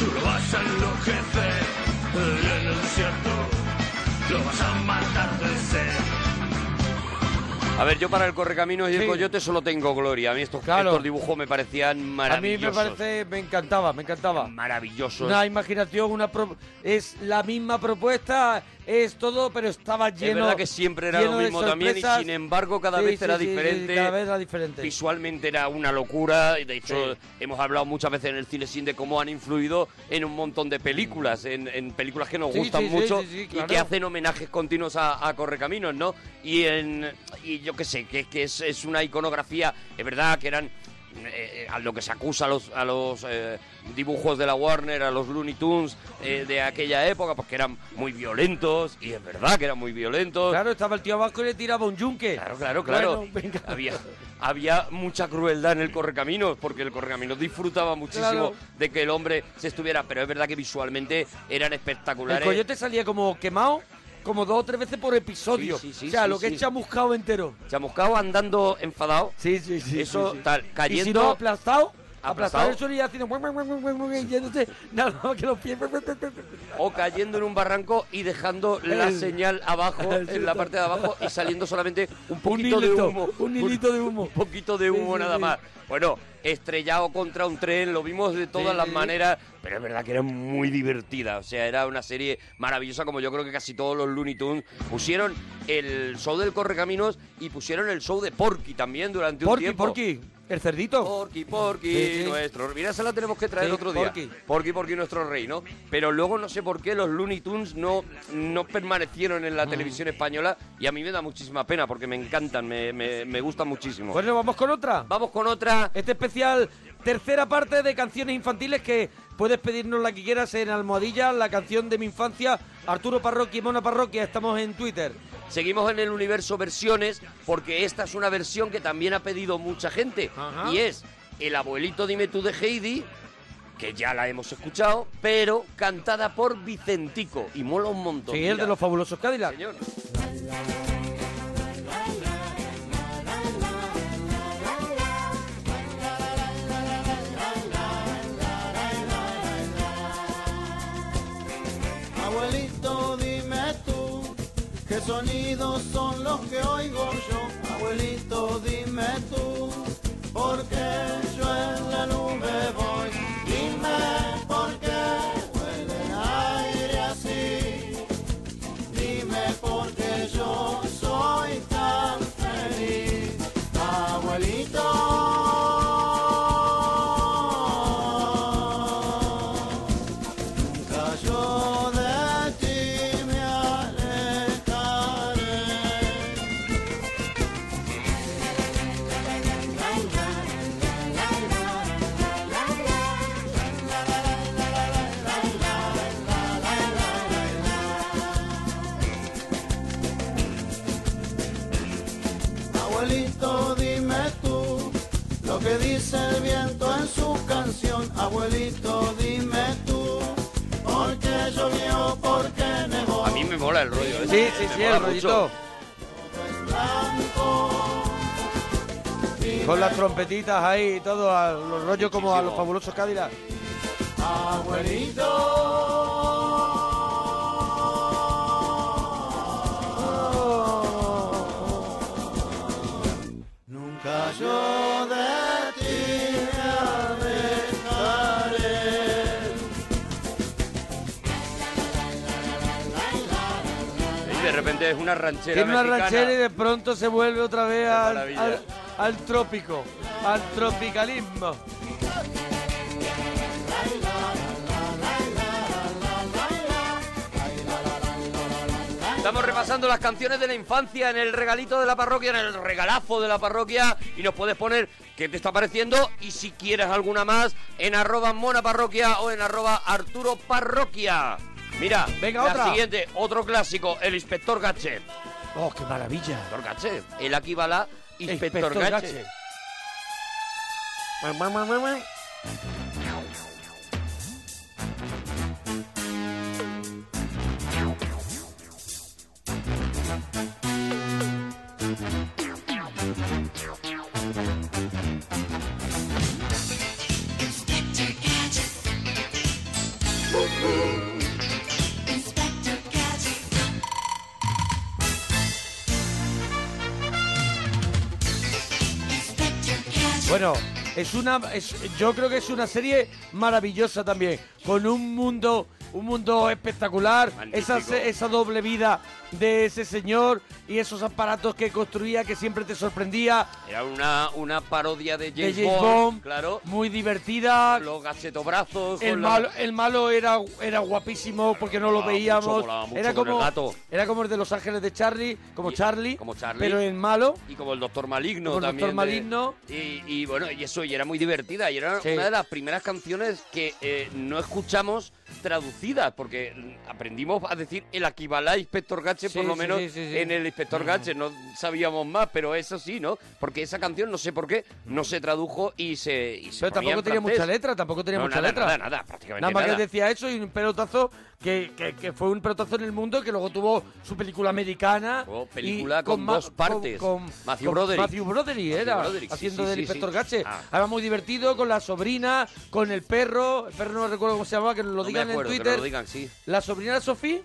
S10: tú lo vas a enloquecer. Y en el desierto lo vas a matar de sed.
S1: A ver, yo para el Correcaminos y el Coyote solo tengo gloria. A mí estos, estos dibujos me parecían
S2: A mí me
S1: maravillosos.
S2: parece, me encantaba, me encantaba.
S1: Maravillosos.
S2: Una imaginación, una pro- es la misma propuesta, es todo, pero estaba
S1: Es
S2: lleno.
S1: verdad que siempre era
S2: lleno
S1: lo
S2: de
S1: mismo también y
S2: sorpresas.
S1: sin embargo cada
S2: Sí,
S1: vez
S2: sí,
S1: era
S2: sí, sí,
S1: diferente.
S2: cada vez era diferente.
S1: Visualmente era una locura. y De hecho, hemos hablado muchas veces en el cine sin de cómo han influido en un montón de películas, en, en películas que nos
S2: Sí,
S1: gustan
S2: sí, sí,
S1: mucho
S2: sí, sí,
S1: y
S2: claro.
S1: que hacen homenajes continuos a, a Correcaminos, ¿no? Y en y yo qué sé, que, que es, es una iconografía, es verdad que eran eh, a lo que se acusa a los, a los eh, dibujos de la Warner, a los Looney Tunes eh, de aquella época, porque eran muy violentos, y es verdad que eran muy violentos.
S2: Claro, estaba el tío Vasco y le tiraba un yunque.
S1: Claro, claro, claro.
S2: Bueno, venga.
S1: había, había mucha crueldad en el Correcaminos, porque el Correcaminos disfrutaba muchísimo
S2: Claro.
S1: de que el hombre se estuviera, pero es verdad que visualmente eran
S2: El
S1: espectaculares.
S2: coyote salía como quemado, como dos o tres veces por episodio.
S1: Sí, sí, sí,
S2: o sea,
S1: sí,
S2: lo que
S1: sí.
S2: es chamuscado entero.
S1: Chamuscado andando enfadado.
S2: Sí, sí, sí.
S1: Eso
S2: sí, sí.
S1: tal,
S2: Y si
S1: cayendo.
S2: no, aplastado.
S1: Aplastado.
S2: Aplastado el suelo y haciendo... guau, guau, guau, guau, guau, guau, (laughs) Yéndote nada más que los pies.
S1: o cayendo en un barranco y dejando la
S2: El-
S1: señal
S2: (laughs)
S1: abajo,
S2: Sí,
S1: en la
S2: tal.
S1: parte de abajo y saliendo solamente un
S2: Un
S1: poquito de
S2: hilito,
S1: humo.
S2: un hilito de humo.
S1: Un poquito de humo
S2: sí,
S1: nada
S2: sí.
S1: más. Bueno, estrellado contra un tren, lo vimos de todas
S2: Sí,
S1: las
S2: sí, sí.
S1: maneras, pero es verdad que era muy divertida. O sea, era una serie maravillosa, como yo creo que casi todos los Looney Tunes pusieron el show del Correcaminos y pusieron el show de Porky también durante un
S2: Porky,
S1: tiempo. Oh.
S2: Porky, el cerdito.
S1: Porky, Porky,
S2: Sí, sí.
S1: nuestro. Mira, esa la tenemos que traer
S2: Sí,
S1: otro día.
S2: Porky.
S1: Porky, Porky, nuestro rey, ¿no? Pero luego no sé por qué los Looney Tunes no, no permanecieron en la
S2: Mm.
S1: televisión española y a mí me da muchísima pena porque me encantan, me, me, me gustan muchísimo.
S2: Bueno, vamos con otra.
S1: Vamos con otra.
S2: Este especial, tercera parte de canciones infantiles que puedes pedirnos la que quieras en almohadilla, la canción de mi infancia, Arturo Parroquia y Mona Parroquia, estamos en Twitter.
S1: Seguimos en el universo versiones porque esta es una versión que también ha pedido mucha gente
S2: Ajá.
S1: y es El abuelito dime tú de Heidi, que ya la hemos escuchado, pero cantada por Vicentico y mola un montón.
S2: Sí, el de
S1: Mira.
S2: los fabulosos Cadillac.
S11: Abuelito, dime tú, qué sonidos son los que oigo yo. Abuelito, dime tú, porque yo en la nube voy. Dime por qué huele el aire así. Dime por qué yo soy tan feliz. Abuelito. Nunca yo de ti me alejaré. Abuelito, dime tú lo que dice el viento en su canción. Abuelito, dime tú, porque llovió, porque nevó.
S1: A mí me mola el rollo. ¿eh?
S2: Sí, sí,
S1: Me
S2: sí,
S1: mola
S2: el rollito.
S1: mucho.
S2: Con las trompetitas ahí y todo, a los rollos como a los fabulosos Cadillac.
S11: Abuelito. Nunca yo de ti me alejaré.
S1: Y de repente es una ranchera
S2: Tiene una
S1: mexicana.
S2: ranchera y de pronto se vuelve otra vez al,
S1: maravilla.
S2: al- al trópico, al tropicalismo.
S1: Estamos repasando las canciones de la infancia en el regalito de la parroquia, en el regalazo de la parroquia. Y nos puedes poner qué te está pareciendo y si quieres alguna más en arroba monaparroquia o en arroba arturo parroquia. Mira,
S2: Venga,
S1: la
S2: otra.
S1: siguiente, otro clásico, el inspector Gachet.
S2: Oh, qué maravilla.
S1: Inspector Gachet, el aquí va la inspector,
S2: Inspector
S1: Gadget.
S2: Gadget.
S9: Inspector Gadget. Inspector Gadget. Inspector Gadget.
S2: Bueno, es una, es- yo creo que es una serie maravillosa también, con un mundo, un mundo espectacular, esa, se- esa doble vida de ese señor y esos aparatos que construía que siempre te sorprendía,
S1: Era una, una parodia de James,
S2: de James
S1: Bond,
S2: Bond,
S1: claro.
S2: muy divertida.
S1: Los gachetobrazos.
S2: El
S1: con la-
S2: malo, el malo era, era guapísimo porque no lo
S1: Molaba mucho,
S2: veíamos.
S1: molaba mucho
S2: era
S1: con el
S2: como
S1: gato.
S2: era como el de Los Ángeles de Charlie, como Charlie,
S1: como Charlie.
S2: pero el malo.
S1: y como el Doctor Maligno
S2: Como el Doctor
S1: también. de-
S2: Maligno.
S1: y, y bueno, y eso, y era muy divertida. Y era
S2: Sí.
S1: una de las primeras canciones que eh, no escuchamos traducidas, porque aprendimos a decir el Aquivalá Inspector Gadget, por
S2: Sí,
S1: lo
S2: sí,
S1: menos
S2: sí, sí, sí.
S1: en el Inspector Gadget, no sabíamos más, pero eso sí, ¿no? Porque esa canción, no sé por qué, no se tradujo y se. y se
S2: Pero tampoco
S1: ponía en
S2: tenía
S1: francés.
S2: mucha letra, tampoco tenía
S1: No,
S2: mucha
S1: nada,
S2: letra.
S1: Nada, nada, prácticamente
S2: Nada más
S1: nada.
S2: que decía eso y un pelotazo que, que- que fue un pelotazo en el mundo que luego tuvo su película americana.
S1: Oh,
S2: y
S1: película con
S2: Ma-
S1: dos partes.
S2: Con,
S1: Matthew
S2: con
S1: Broderick.
S2: Matthew Broderick
S1: Matthew
S2: era,
S1: Broderick, sí,
S2: haciendo
S1: sí,
S2: del
S1: sí,
S2: inspector
S1: sí.
S2: Gache.
S1: Ah.
S2: Además muy divertido, con la sobrina, con el perro. El perro no recuerdo cómo se llamaba, que nos lo
S1: No me
S2: digan
S1: acuerdo, que
S2: en
S1: nos
S2: Twitter.
S1: lo digan, sí.
S2: La sobrina de Sofía.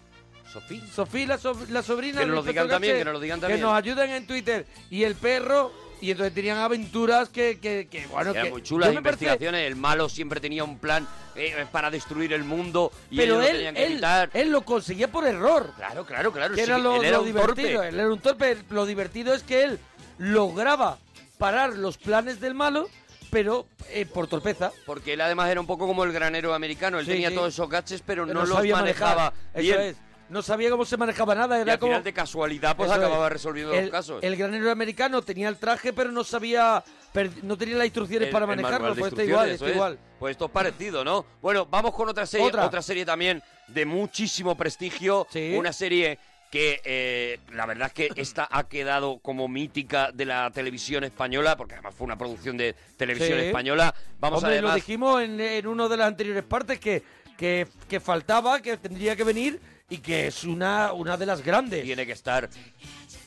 S1: Sofía.
S2: Sofía, la, so- la sobrina.
S1: Que nos
S2: del
S1: lo digan
S2: inspector
S1: también,
S2: Gadget,
S1: que nos lo digan también.
S2: Que nos ayuden en Twitter. Y el perro. Y entonces tenían aventuras que, que, que, bueno,
S1: Eran
S2: que
S1: muy chulas
S2: yo me parece-
S1: investigaciones. El malo siempre tenía un plan eh, para destruir el mundo y
S2: pero
S1: ellos lo
S2: él,
S1: tenían que
S2: él,
S1: evitar.
S2: él lo conseguía por error.
S1: Claro, claro, claro.
S2: Que
S1: sí,
S2: era lo,
S1: él era
S2: lo
S1: un
S2: divertido.
S1: torpe.
S2: Él era un torpe. Lo divertido es que él lograba parar los planes del malo, pero eh, por torpeza.
S1: Porque él además era un poco como el granero americano. Él
S2: Sí,
S1: tenía
S2: sí.
S1: todos esos gaches, pero,
S2: Pero
S1: no, los
S2: sabía
S1: manejaba
S2: manejar.
S1: bien.
S2: Eso es. No sabía cómo se manejaba nada.
S1: Y
S2: Era
S1: al
S2: como.
S1: final de casualidad pues
S2: Eso es.
S1: acababa resolviendo
S2: el,
S1: los casos.
S2: El granero americano tenía el traje, pero no sabía. per- no tenía las instrucciones
S1: El-
S2: para
S1: el manual
S2: manejarlo.
S1: de
S2: Pues está igual,
S1: instrucciones, eso
S2: está
S1: es.
S2: igual.
S1: Pues esto es parecido, ¿no? Bueno, vamos con otra serie, otra,
S2: Otra.
S1: serie también de muchísimo prestigio, una serie que eh, la verdad es que
S2: (coughs)
S1: esta ha quedado como mítica de la televisión española, porque además fue una producción de televisión
S2: Sí.
S1: española. Vamos a
S2: Hombre, lo
S1: además
S2: dijimos en, en una de las anteriores partes que, que, que faltaba, que tendría que venir y que es una, una de las grandes.
S1: Tiene que estar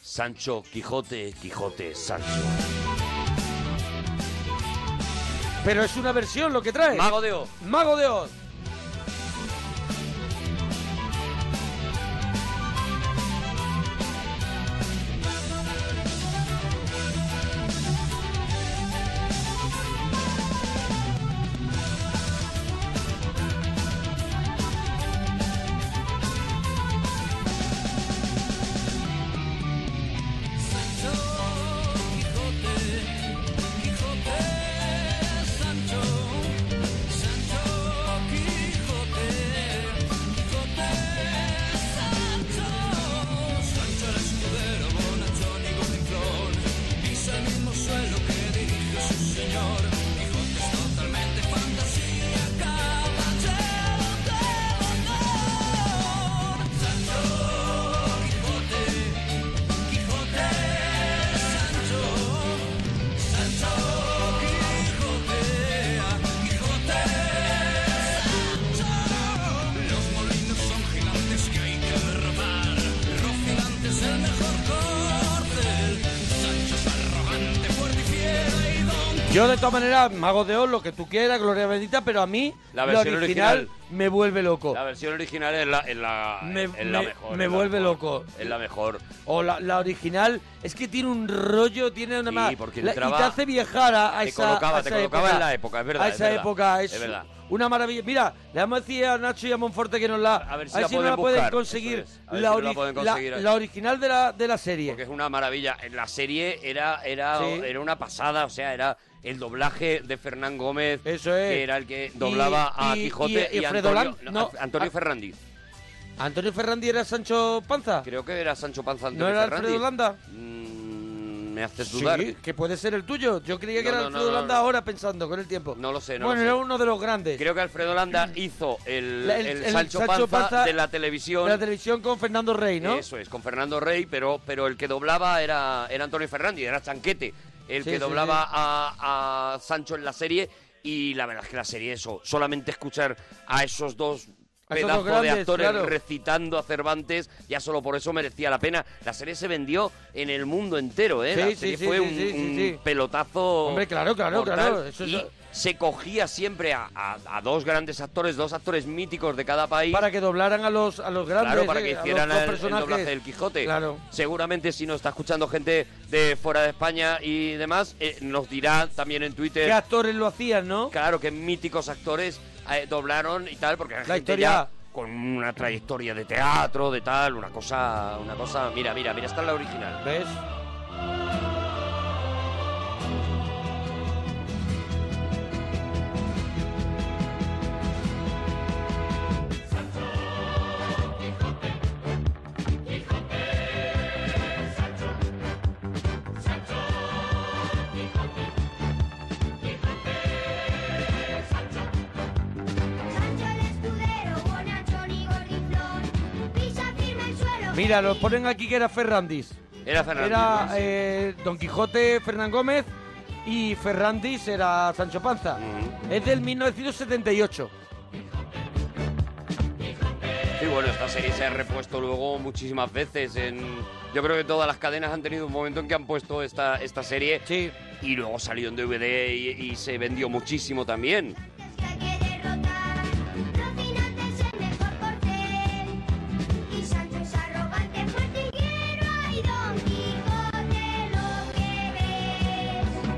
S1: Sancho Quijote, Quijote Sancho.
S2: Pero es una versión lo que trae.
S1: Mago de Oz.
S2: Mago de Oz.
S4: Sancho Quijote, Quijote, Sancho, Sancho Quijote, Quijote, Sancho. Sancho el escudero, bonachón y gordinflón, pisa el mismo suelo que dirigió su señor. Quijote es totalmente fantasía, caballero del honor. Sancho Quijote. Quijote, Sancho, Sancho, Quijote, Quijote, Sancho. Los molinos son gigantes que hay que derrotar, Rocinante es el mejor cordel, Sancho es arrogante, fuerte y fiero y don
S2: Yo de todas maneras, Mago de Oz, lo que tú quieras, Gloria Bendita, pero a mí
S1: La
S2: lo
S1: versión original.
S2: me vuelve loco.
S1: La versión original es la, es la,
S2: Me-
S1: es la
S2: me-
S1: mejor.
S2: me
S1: es la
S2: vuelve
S1: mejor,
S2: loco.
S1: Es la mejor.
S2: O la, la original, es que tiene un rollo, tiene una
S1: Sí,
S2: más-
S1: porque
S2: la-
S1: entraba-
S2: y te hace viajar a, a
S1: te
S2: esa
S1: colocaba-
S2: a
S1: te
S2: esa
S1: colocaba en la época, es verdad,
S2: A
S1: es
S2: esa
S1: verdad,
S2: época, es,
S1: es verdad.
S2: una maravilla. Mira, le vamos a decir a Nacho y a Monforte que nos la... A
S1: ver si
S2: a
S1: la
S2: no
S1: pueden
S2: la pueden
S1: buscar,
S2: conseguir.
S1: eso es. A ver si no la
S2: ori-
S1: pueden conseguir.
S2: la original de la, de la serie.
S1: Porque es una maravilla. En la serie era, era,
S2: Sí.
S1: era una pasada, o sea, era el doblaje de Fernán Gómez,
S2: Eso es.
S1: que era el que doblaba
S2: Y-
S1: a
S2: y-
S1: Quijote y,
S2: y- y Alfredo
S1: Antonio,
S2: Lan-
S1: no,
S2: no,
S1: An- Antonio
S2: a-
S1: Ferrandi.
S2: ¿Antonio Ferrandi era Sancho Panza?
S1: Creo que era Sancho Panza Antonio
S2: ¿No era
S1: Ferrandi.
S2: Alfredo Landa?
S1: Me haces dudar.
S2: Sí, que puede ser el tuyo. Yo creía que
S1: No,
S2: era
S1: no,
S2: Alfredo
S1: no, no,
S2: Landa
S1: no.
S2: ahora pensando con el tiempo.
S1: No lo sé, no
S2: bueno,
S1: lo sé.
S2: era uno de los grandes.
S1: Creo que Alfredo Landa hizo el,
S2: La- el-
S1: el
S2: el
S1: Sancho,
S2: Sancho
S1: Panza,
S2: Panza
S1: de la televisión.
S2: De la televisión con Fernando Rey, ¿no?
S1: Eso es, con Fernando Rey, pero, pero el que doblaba era, era Antonio Ferrandi, era Chanquete, el
S2: Sí,
S1: que
S2: sí,
S1: doblaba
S2: sí.
S1: A, a Sancho en la serie. Y la verdad es que la serie, eso, solamente escuchar a esos dos
S2: A esos dos
S1: pedazos
S2: grandes,
S1: de actores
S2: claro.
S1: recitando a Cervantes, ya solo por eso merecía la pena. La serie se vendió en el mundo entero, ¿eh?
S2: Sí,
S1: la
S2: sí,
S1: serie
S2: sí,
S1: fue
S2: sí,
S1: un,
S2: sí, sí,
S1: un
S2: sí.
S1: pelotazo.
S2: Hombre, claro, claro,
S1: mortal
S2: claro, eso es-
S1: y se cogía siempre a, a- a dos grandes actores, dos actores míticos de cada país.
S2: Para que doblaran a los, a los grandes.
S1: Claro, para
S2: eh,
S1: que
S2: a los
S1: hicieran
S2: dos
S1: el, el
S2: personajes.
S1: doblaje del Quijote.
S2: Claro.
S1: Seguramente si nos está escuchando gente de fuera de España y demás, eh, nos dirá también en Twitter.
S2: ¿Qué actores lo hacían, no?
S1: Claro, que míticos actores eh, doblaron y tal, porque la, gente
S2: historia-
S1: ya con una trayectoria de teatro, de tal, una cosa, una cosa. Mira, mira, mira, está la original.
S2: ¿Ves?
S9: Sancho el escudero,
S2: Mira, lo ponen aquí que era Ferrandis.
S1: Era Ferrandis,
S2: Era
S1: sí.
S2: eh, Don Quijote Fernán Gómez y Ferrandis era Sancho Panza. Es del 1978.
S1: Y bueno, esta serie se ha repuesto luego muchísimas veces. En... Yo creo que todas las cadenas han tenido un momento en que han puesto esta, esta serie.
S2: Sí.
S1: Y luego salió en DVD y, y se vendió muchísimo también.
S9: Y Sancho es arrogante, martiguero y Don Quijote lo que ves.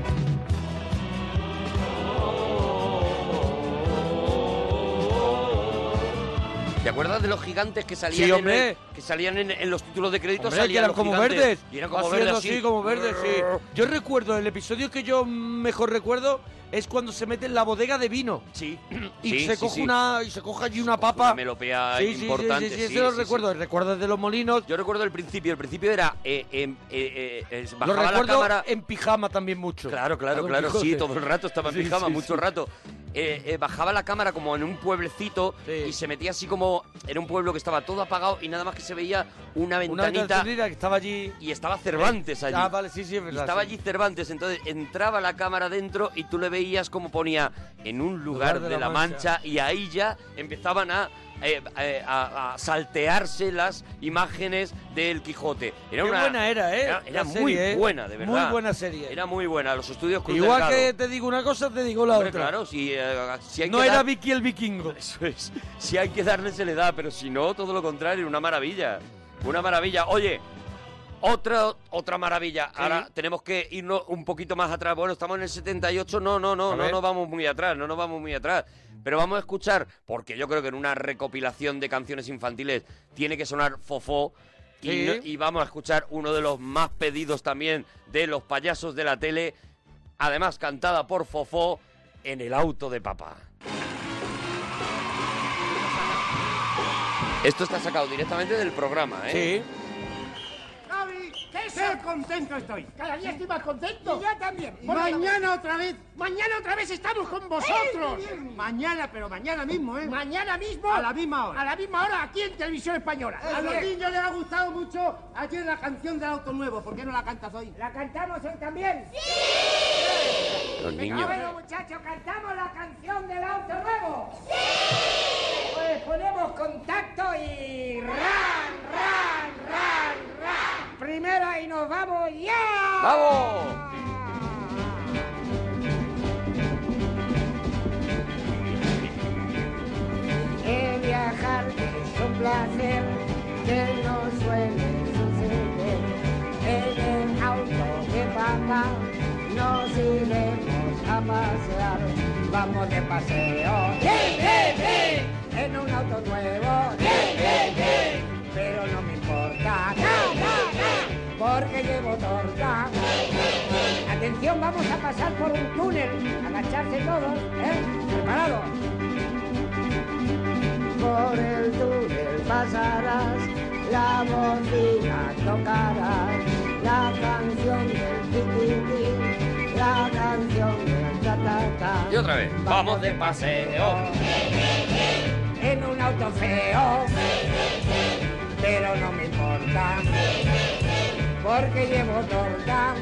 S1: ¿Te acuerdas de los gigantes que salían,
S2: Sí,
S1: en
S2: hombre.
S1: el- que salían en, en los títulos de crédito?
S2: Hombre,
S1: salían
S2: que eran
S1: los
S2: como
S1: gigantes.
S2: verdes.
S1: Y eran como
S2: Haciendo
S1: verdes,
S2: así, como verdes, sí. Yo recuerdo, el episodio que yo mejor recuerdo es cuando se mete en la bodega de vino.
S1: Sí.
S2: (clears throat) Y
S1: Sí,
S2: se
S1: sí,
S2: coge
S1: sí.
S2: una. Y se coge allí una papa.
S1: Una melopea
S2: Sí, sí, sí,
S1: importante.
S2: sí, sí, eso lo recuerdo. ¿Recuerdas de los molinos?
S1: Yo recuerdo el principio. El principio era. eh, eh, eh, eh, eh, bajaba
S2: lo
S1: la
S2: recuerdo
S1: cámara.
S2: en pijama también mucho.
S1: Claro, claro,
S2: Don
S1: claro, sí,
S2: Quijote.
S1: todo el rato estaba en
S2: Sí,
S1: pijama,
S2: sí,
S1: mucho
S2: sí.
S1: rato. Eh, eh, bajaba la cámara como en un pueblecito y se metía así como. Era un pueblo que estaba todo apagado y nada más que se veía una
S2: Una
S1: ventanita.
S2: ventanita que estaba allí.
S1: Y estaba Cervantes allí.
S2: Ah, vale, sí, sí, es
S1: Y
S2: verdad.
S1: estaba
S2: sí.
S1: allí Cervantes, entonces entraba la cámara dentro y tú le veías como ponía en un lugar, de, la, mancha. y ahí ya empezaban a, eh, eh, a- a saltearse las imágenes del Quijote. Era
S2: Qué
S1: una,
S2: buena era, ¿eh?
S1: Era, era
S2: La serie,
S1: muy
S2: ¿eh?
S1: buena, de
S2: Muy
S1: verdad.
S2: buena serie.
S1: Era muy buena, los estudios Cruz
S2: Igual
S1: Delgado.
S2: que te digo una cosa, te digo la
S1: Hombre,
S2: otra.
S1: claro, si, eh, si hay
S2: No
S1: que
S2: era
S1: dar-
S2: Vicky el vikingo.
S1: Eso es. Si hay que darle, se le da, pero si no, todo lo contrario, una maravilla. Una maravilla. Oye, otra, otra maravilla. Ahora tenemos que irnos un poquito más atrás. Bueno, estamos en el 78. No, no, no,
S2: A
S1: no
S2: ver.
S1: nos vamos muy atrás, no nos vamos muy atrás. Pero vamos a escuchar, porque yo creo que en una recopilación de canciones infantiles tiene que sonar fofó. Y,
S2: Sí.
S1: no- y vamos a escuchar uno de los más pedidos también de los payasos de la tele. Además, cantada por Fofó en el auto de papá. Esto está sacado directamente del programa, ¿eh? Sí.
S12: Javi, qué, contento estoy. Cada día estoy más contento. Y yo también. pues, ¡Eh,
S13: Mañana
S12: otra vez. Mañana otra vez estamos con
S13: vosotros.
S12: mañana, pero mañana mismo, ¿eh? Mañana mismo. A la misma hora. A la misma hora aquí en Televisión Española.
S13: A los niños
S12: les ha gustado mucho ayer la canción del auto nuevo. ¿Por qué no la cantas hoy? ¿La cantamos hoy también? ¡Sí!
S1: Los niños.
S12: muchachos, cantamos la canción del auto nuevo. ¡Sí! Pues ponemos contacto y ran, ran, ran, ran. Primera y nos vamos ya.
S1: ¡Vamos!
S12: El viajar es un placer que no suele suceder. En el auto de papá nos iremos a pasear. Vamos de paseo. ¡Sí, sí, sí! En un auto nuevo. ¡Sí, sí, sí! Pero no me importa. ¡No, no, no! Porque llevo torta. Atención, vamos a pasar por un túnel. Agacharse todos, ¿eh? Preparados. Por el túnel pasarás, la bocina tocarás, la canción del tiquitín, la canción del tatatá.
S1: Y otra vez. Vamos de paseo.
S12: En un auto feo, pero no me importa, porque llevo torta.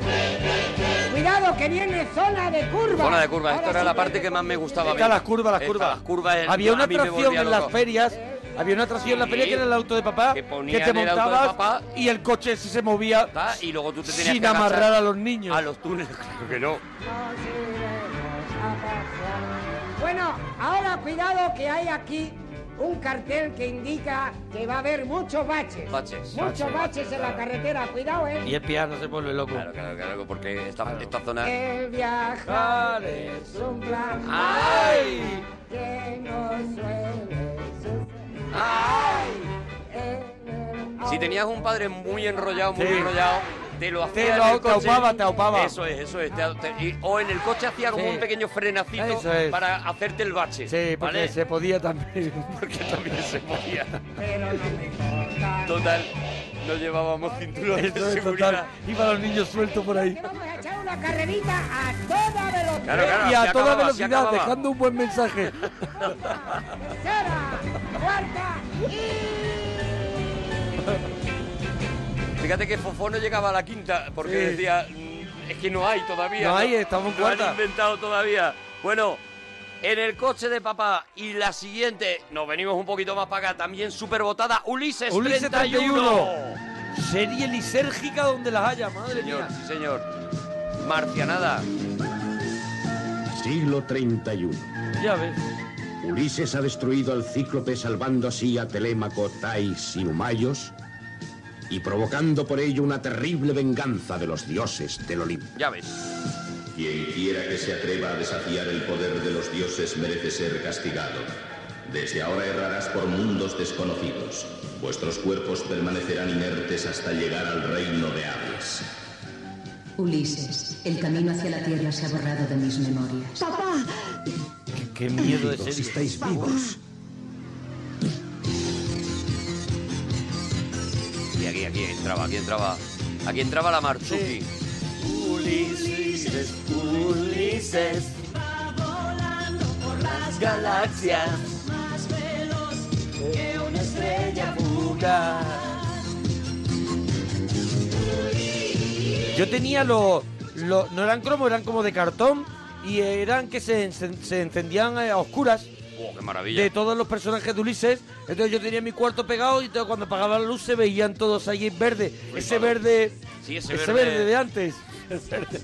S12: Cuidado que viene zona de curva.
S1: Zona de curvas. Esto
S12: Ahora
S1: era
S12: sí
S1: la
S12: que
S1: parte que más me gustaba. a mí.
S2: Está las curvas, las
S1: Esta,
S2: curvas.
S1: Las curvas. el-
S2: Había una
S1: a mí me
S2: atracción
S1: volvía
S2: en las
S1: loco.
S2: ferias. Había una atracción en la
S1: Sí.
S2: feria que era el auto de papá. Que,
S1: ponían
S2: te
S1: el auto de
S2: montabas
S1: papá.
S2: y el coche ese se movía.
S1: Ah, Y luego tú te tenías
S2: Sin
S1: que agachar
S2: amarrar a los niños.
S1: A los túneles. (laughs) Claro que no.
S12: Bueno, ahora cuidado que hay aquí un cartel que indica que va a haber muchos baches.
S1: Baches.
S12: Muchos baches en la carretera, cuidado, ¿eh?
S2: Y el piano se vuelve loco.
S1: Claro, claro, claro, porque esta, esta zona.
S2: Eh.
S12: El viajar es un plan
S1: ¡Ay!
S12: que no suele suceder.
S1: Si tenías un padre muy enrollado, muy
S2: Sí.
S1: enrollado, te lo hacía.
S2: Te
S1: en
S2: lo-
S1: el
S2: te
S1: coche.
S2: ahopaba, te ahopaba.
S1: Eso es, eso es. te- te- y- o en el coche hacía como
S2: Sí.
S1: un pequeño frenacito
S2: Eso es.
S1: para hacerte el bache.
S2: Sí, porque
S1: ¿vale?
S2: se podía también.
S1: (laughs) Porque también se podía.
S12: Pero no me importa.
S1: Total, no llevábamos cinturones
S2: Eso
S1: de
S2: es
S1: seguridad.
S2: total. Iban los niños sueltos por ahí.
S12: Vamos a echar una carrerita a toda
S1: (laughs)
S12: velocidad.
S2: y a
S1: se
S2: toda
S1: acababa, se
S2: velocidad,
S1: acababa.
S2: dejando un buen
S1: (laughs)
S2: mensaje.
S12: tercera, cuarta y...
S1: Fíjate que Fofó no llegaba a la quinta porque
S2: Sí.
S1: decía, "Mm, es que no hay todavía.
S2: No hay, estamos en
S1: No han
S2: cuarta".
S1: inventado todavía. Bueno, en el coche de papá y la siguiente, nos venimos un poquito más para acá, también súper votada, Ulises,
S2: Ulises
S1: 31.
S2: 31. Serie lisérgica donde las haya, madre
S1: Señor,
S2: mía.
S1: sí, señor. Marcianada.
S13: Siglo 31.
S2: Ya ves.
S13: Ulises ha destruido al cíclope salvando así a Telémaco, Tais y Humayos y provocando por ello una terrible venganza de los dioses del Olimpo.
S1: Ya ves.
S14: Quien quiera que se atreva a desafiar el poder de los dioses merece ser castigado. Desde ahora errarás por mundos desconocidos. Vuestros cuerpos permanecerán inertes hasta llegar al reino de Hades.
S15: Ulises, el camino hacia la Tierra se ha borrado de mis memorias. ¡Papá!
S2: Qué miedo de
S13: Vivos,
S2: serie.
S13: estáis vivos.
S1: Y aquí, aquí entraba, aquí entraba. Aquí entraba la Marzuki.
S4: Ulises, Ulises,
S9: Va volando por las
S4: galaxias,
S9: más veloz
S4: que una estrella fugaz.
S2: Yo tenía los, los- No eran cromos, eran como de cartón y eran que se, encen- se encendían eh, a oscuras.
S1: Oh, qué maravilla.
S2: De todos los personajes de Ulises. Entonces yo tenía mi cuarto pegado y todo- cuando apagaba la luz se veían todos allí en verde. Ese verde.
S1: Sí, ese
S2: ese
S1: verde.
S2: verde de antes. El verde.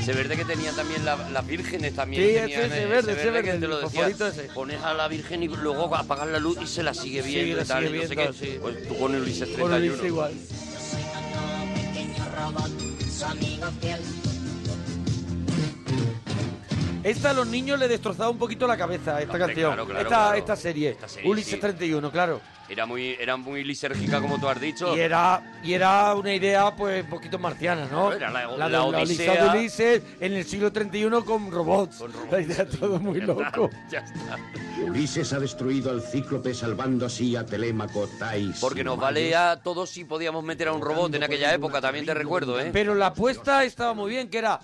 S1: Ese verde que tenían también la- las vírgenes también.
S2: Sí, ese-
S1: tenían,
S2: ese
S1: eh,
S2: verde, ese
S1: que
S2: verde,
S1: te lo
S2: el
S1: decía.
S2: fosforito ese.
S1: Pones a la virgen y luego apagas la luz y se la sigue
S2: Sí,
S1: viendo
S2: la
S1: y tal.
S2: sigue
S1: y no sé
S2: viendo,
S1: qué. Pues tú pones Ulises
S2: Con
S1: 31.
S2: Ulises igual.
S9: Pequeño robot, su amigo fiel.
S2: Esta a los niños le destrozaba un poquito la cabeza, esta
S1: Hombre,
S2: canción.
S1: claro, claro,
S2: esta,
S1: claro.
S2: esta serie.
S1: Esta serie,
S2: Ulises
S1: sí.
S2: 31, claro.
S1: Era muy, era muy lisérgica, como tú has dicho.
S2: Y era, y era una idea, pues, un poquito marciana, ¿no?
S1: Claro, era la-
S2: de-
S1: la
S2: odisea
S1: odisea.
S2: de Ulises en el siglo 31 con robots. La idea todo muy loco.
S1: (laughs) Ya está.
S13: Ulises ha destruido al cíclope salvando así a Telémaco, Tais.
S1: Porque nos vale a todos si podíamos meter a un robot en aquella época, también te recuerdo, ¿eh?
S2: Pero la apuesta estaba muy bien, que era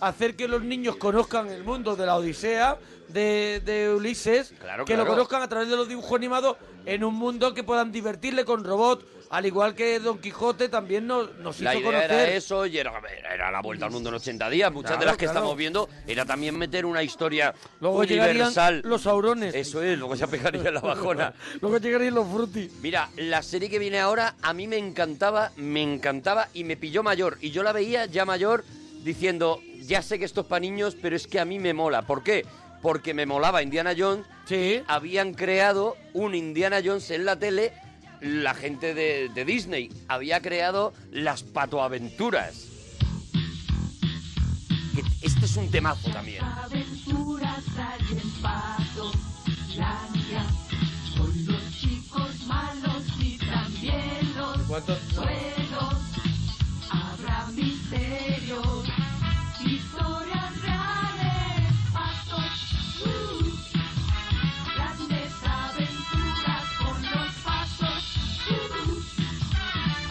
S2: hacer que los niños conozcan el mundo de la Odisea de, de Ulises,
S1: Claro,
S2: que lo
S1: claro.
S2: conozcan a través de los dibujos animados en un mundo que puedan divertirle con robots, al igual que Don Quijote también nos, nos hizo
S1: La idea
S2: conocer.
S1: era eso y era, era la vuelta al mundo en 80 días. Muchas de
S2: Claro,
S1: las que
S2: claro.
S1: estamos viendo era también meter una historia
S2: Luego llegarían
S1: universal.
S2: los saurones.
S1: Eso es, luego ya pegaría la bajona.
S2: Luego llegarían los frutis.
S1: Mira, la serie que viene ahora a mí me encantaba, me encantaba y me pilló mayor. Y yo la veía ya mayor diciendo, ya sé que esto es para niños, pero es que a mí me mola. ¿Por qué? Porque me molaba Indiana Jones.
S2: Sí.
S1: Habían creado un Indiana Jones en la tele, la gente de, de Disney. Había creado las patoaventuras. Que- Este es un temazo también.
S9: Aventuras hay en Pato, Landia, con los chicos malos y también los buenos. Habrá misterios, historias reales, Pato. uh, Grandes aventuras con los pasos.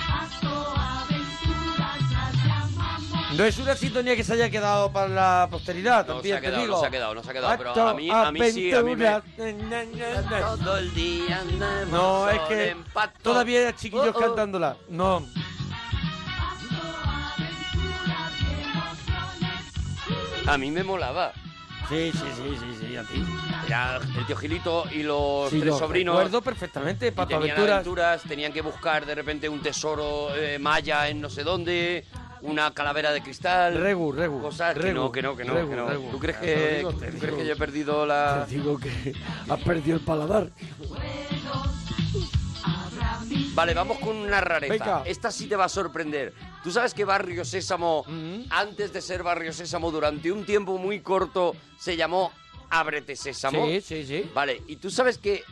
S9: Pato aventuras las llamamos.
S2: No es una sintonía que se haya quedado para la posteridad,
S1: No se
S2: también
S1: ha quedado,
S2: te digo.
S1: no se ha quedado, no se ha quedado. Pero
S2: Acto,
S1: a mí, a mí sí, a mí me...
S2: aventuras. Todo
S1: el día andamos
S2: No, es que
S1: sobre patos.
S2: todavía hay chiquillos
S1: Oh, oh.
S2: cantándola. No,
S1: A mí me molaba.
S2: Sí, sí, sí, sí, sí, a ti.
S1: Era el tío Gilito y los
S2: sí,
S1: tres
S2: lo
S1: sobrinos.
S2: recuerdo perfectamente,
S1: y
S2: Pato
S1: tenían
S2: Aventuras.
S1: aventuras, tenían que buscar de repente un tesoro eh, maya en no sé dónde, una calavera de cristal.
S2: Regu, Regu.
S1: Cosas que
S2: Regu,
S1: no, que no, que no.
S2: Regu,
S1: que no.
S2: Regu.
S1: ¿Tú crees
S2: Te lo
S1: que,
S2: digo, te
S1: tú
S2: digo.
S1: crees que yo he perdido la.
S2: Te digo que has perdido el paladar.
S1: Vale, vamos con una rareza.
S2: Venga.
S1: Esta sí te va a sorprender. Tú sabes que Barrio Sésamo,
S2: Mm-hmm.
S1: antes de ser Barrio Sésamo, durante un tiempo muy corto, se llamó Ábrete Sésamo.
S2: Sí, sí, sí.
S1: Vale, y tú sabes que,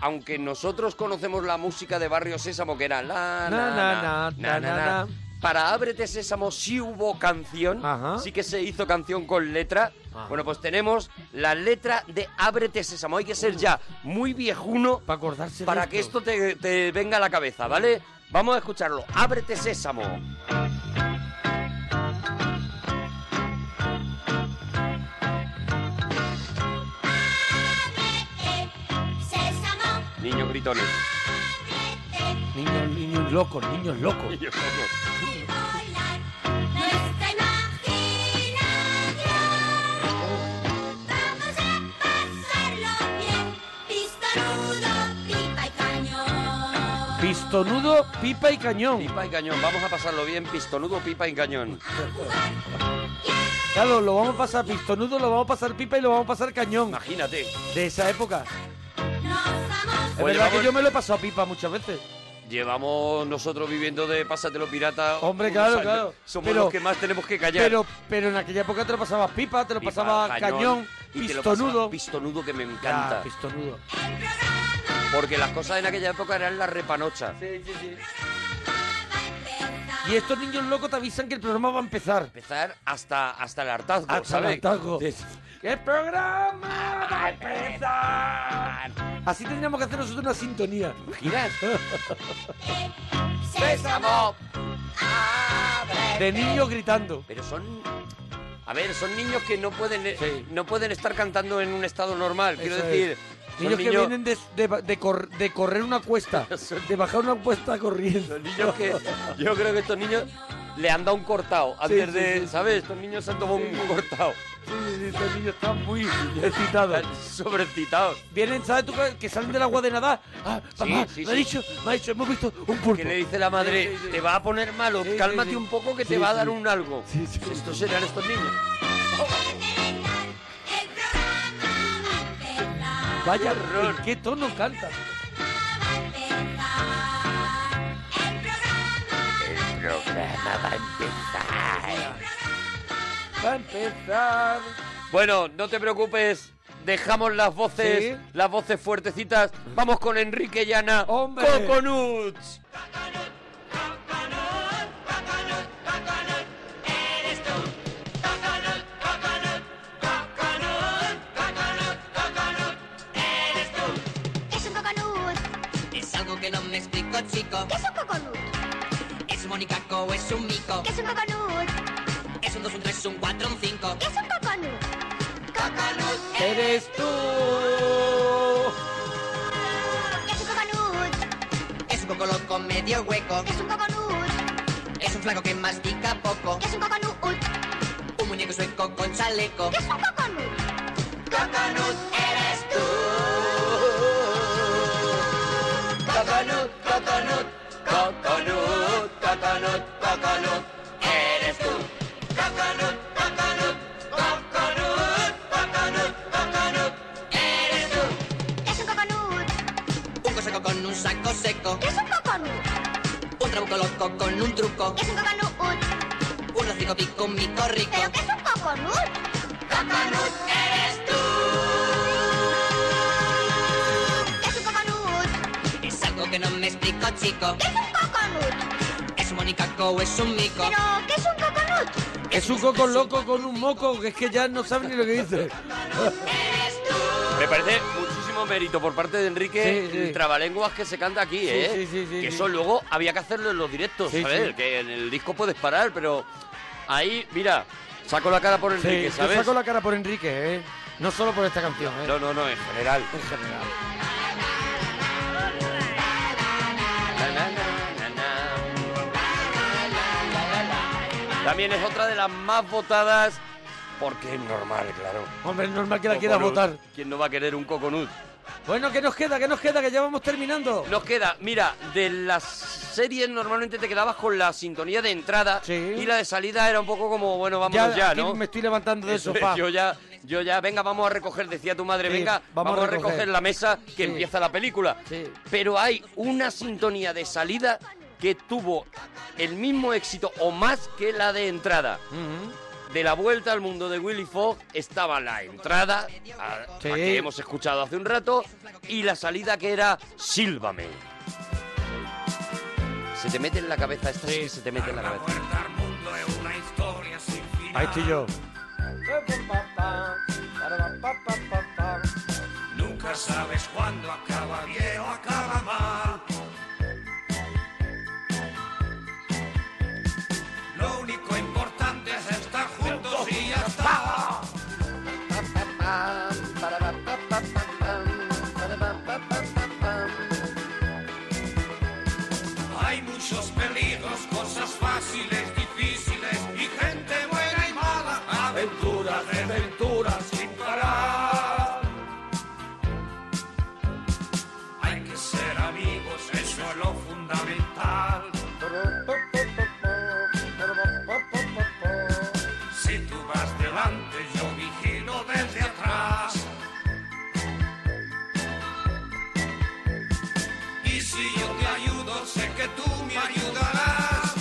S1: aunque nosotros conocemos la música de Barrio Sésamo, que era la,
S2: Na,
S1: na,
S2: na,
S1: na,
S2: na, na,
S1: na, na,
S2: na.
S1: para Ábrete Sésamo sí hubo canción, sí que se hizo canción con letra.
S2: Ajá.
S1: Bueno, pues tenemos la letra de Ábrete Sésamo. Hay que ser ya muy viejuno
S2: para acordarse
S1: para que esto te, te venga a la cabeza, ¿vale? Vamos a escucharlo. Ábrete Sésamo.
S9: Sésamo,
S1: (laughs) Niños gritones.
S9: eh,
S2: Niños, niños locos, niños locos.
S9: Nuestra imaginación. Vamos a pasarlo bien. Pisto nudo, pipa y cañón.
S2: Pistonudo, pipa y cañón.
S1: Pipa y cañón, vamos a pasarlo bien, pistonudo, pipa y cañón.
S2: Claro, lo vamos a pasar pistonudo, lo vamos a pasar pipa y lo vamos a pasar cañón.
S1: Imagínate.
S2: De esa época. Es
S1: Oye,
S2: verdad
S1: vamos-
S2: que yo me lo he pasado pipa muchas veces.
S1: Llevamos nosotros viviendo de Pásatelo Pirata.
S2: Hombre,
S1: unos
S2: claro,
S1: años.
S2: claro.
S1: Somos
S2: Pero-
S1: los que más tenemos que callar.
S2: Pero, pero en aquella época te lo pasabas pipa, te lo
S1: Pipa,
S2: pasabas cañón,
S1: y te lo
S2: pistonudo.
S1: pasaba pistonudo que me encanta.
S2: Ah, pistonudo.
S1: Porque las cosas en aquella época eran la repanocha.
S2: Y estos niños locos te avisan que el programa va a empezar.
S1: Empezar hasta, hasta el hartazgo,
S2: Hasta el
S1: ¿sabes?
S2: hartazgo.
S1: Es-
S2: ¡Qué programa va a empezar! Así tendríamos que hacer nosotros una sintonía. (laughs)
S1: ¿Imaginas?
S9: Sésamo.
S2: De niños gritando.
S1: Pero son... A ver, son niños que no pueden, eh, no pueden estar cantando en un estado normal. Quiero
S2: Eso es.
S1: decir... son
S2: Niños, que vienen de, de- de cor- de correr una
S1: (laughs)
S2: cuesta, de bajar una cuesta corriendo.
S1: niños que- yo creo que estos niños le han dado un cortado antes
S2: sí,
S1: de,
S2: sí,
S1: ¿sabes? Estos niños se han tomado un cortado.
S2: estos niños están muy excitados.
S1: Sobrecitados.
S2: Vienen, ¿sabes tú? Que salen del agua de nadar. Ah, papá,
S1: sí,
S2: me
S1: sí.
S2: ha dicho, me ha dicho, hemos visto un pulpo.
S1: Que le dice la madre, te va a poner malo, cálmate un poco que te
S2: Sí,
S1: va a
S2: sí.
S1: dar un algo. Estos eran estos niños.
S2: Vaya, ¿en qué tono canta?
S9: El programa va a empezar.
S2: Va a empezar.
S1: Bueno, no te preocupes, dejamos las voces,
S2: Sí.
S1: las voces fuertecitas. Vamos con Enrique Llana, Coconuts.
S9: Es un coconut. Es algo que no me explico, chico. ¿Qué es un coconut? Es un monicaco, es un mico. ¿Qué es un coconut? Es un 2, un 3, un 4, un 5. ¿Qué es un coconut? Coconut. eh!
S2: Eres tú.
S9: Es un coconut. Es un coco loco medio hueco. Es un coconut. Es un flaco que mastica poco. Es un coconut. Un muñeco sueco con chaleco. Es un coconut. Coconut eres tú. Coconut, coconut, coconut, coconut, coconut eres tú. Coconut, coconut, coconut, coconut, coconut eres tú. Es un coconut. Un cosaco con un saco seco. ¿Qué es un coconut? Un trabuco loco con un truco. ¿Qué es un coconut? Un hocico pico, un mico rico. ¿Pero qué es un coconut? ¡Coconut eres tú! ¿Qué es un coconut? Es algo que no me explico, chico. ¿Qué es un coconut? Es un monicaco o es un mico. ¿Pero qué es un coconut?
S2: Es un coco loco con un moco, que es que ya no saben ni lo que dice.
S1: Me parece muchísimo mérito por parte de Enrique
S2: Sí, sí.
S1: el trabalenguas que se canta aquí,
S2: Sí,
S1: ¿eh?
S2: sí, sí, sí,
S1: que
S2: sí.
S1: eso luego había que hacerlo en los directos,
S2: Sí,
S1: ¿sabes?
S2: sí.
S1: Que en el disco puedes parar, pero ahí, mira, saco la cara por Enrique,
S2: Sí,
S1: ¿sabes?
S2: Yo saco la cara por Enrique, ¿eh? No solo por esta canción, ¿eh?
S1: No, no, no, en general.
S2: En general.
S1: También es otra de las más votadas, porque es normal, claro.
S2: Hombre, es normal que la quiera
S1: Coconut.
S2: votar.
S1: ¿Quién no va a querer un coconut?
S2: Bueno, ¿qué nos queda? ¿Qué nos queda? Que ya vamos terminando.
S1: Nos queda, mira, de las series normalmente te quedabas con la sintonía de entrada y la de salida era un poco como, bueno, vámonos ya,
S2: aquí
S1: ¿no?
S2: me estoy levantando del
S1: Eso es,
S2: sofá.
S1: Yo ya, yo ya, venga, vamos a recoger, decía tu madre,
S2: Sí,
S1: venga, vamos, a recoger. la mesa que
S2: Sí.
S1: empieza la película.
S2: Sí.
S1: Pero hay una sintonía de salida que tuvo el mismo éxito o más que la de entrada. De la vuelta al mundo de Willy Fogg estaba la entrada, a-
S2: Sí.
S1: la que hemos escuchado hace un rato, y la salida que era Sílvame. Se te mete en la cabeza esta, sí, se te mete en la cabeza.
S2: Ahí estoy yo.
S10: Nunca sabes cuándo acaba bien o acaba mal. Lo único importante es estar juntos y ya está.
S16: muchos peligros, cosas fáciles, difíciles y gente buena y mala. Aventuras, aventuras sin parar. Hay que ser amigos, eso es lo fundamental. Si tú vas delante, yo vigilo desde atrás. Y si yo te ayudo, sé que tú me ayudarás.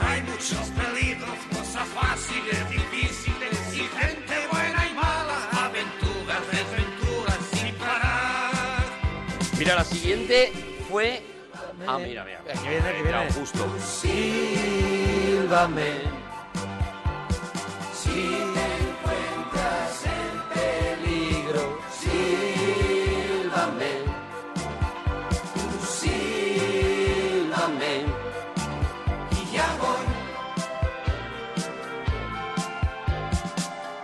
S16: Hay muchos peligros, cosas fáciles, difíciles y gente buena y mala. Aventuras, desventuras sin parar.
S1: Mira, la siguiente fue. Ah, mira, mira.
S2: Aquí viene, aquí viene.
S1: Justo.
S16: Sílvame. Si te encuentras en peligro, sílvame. Tú sílvame. Y ya voy.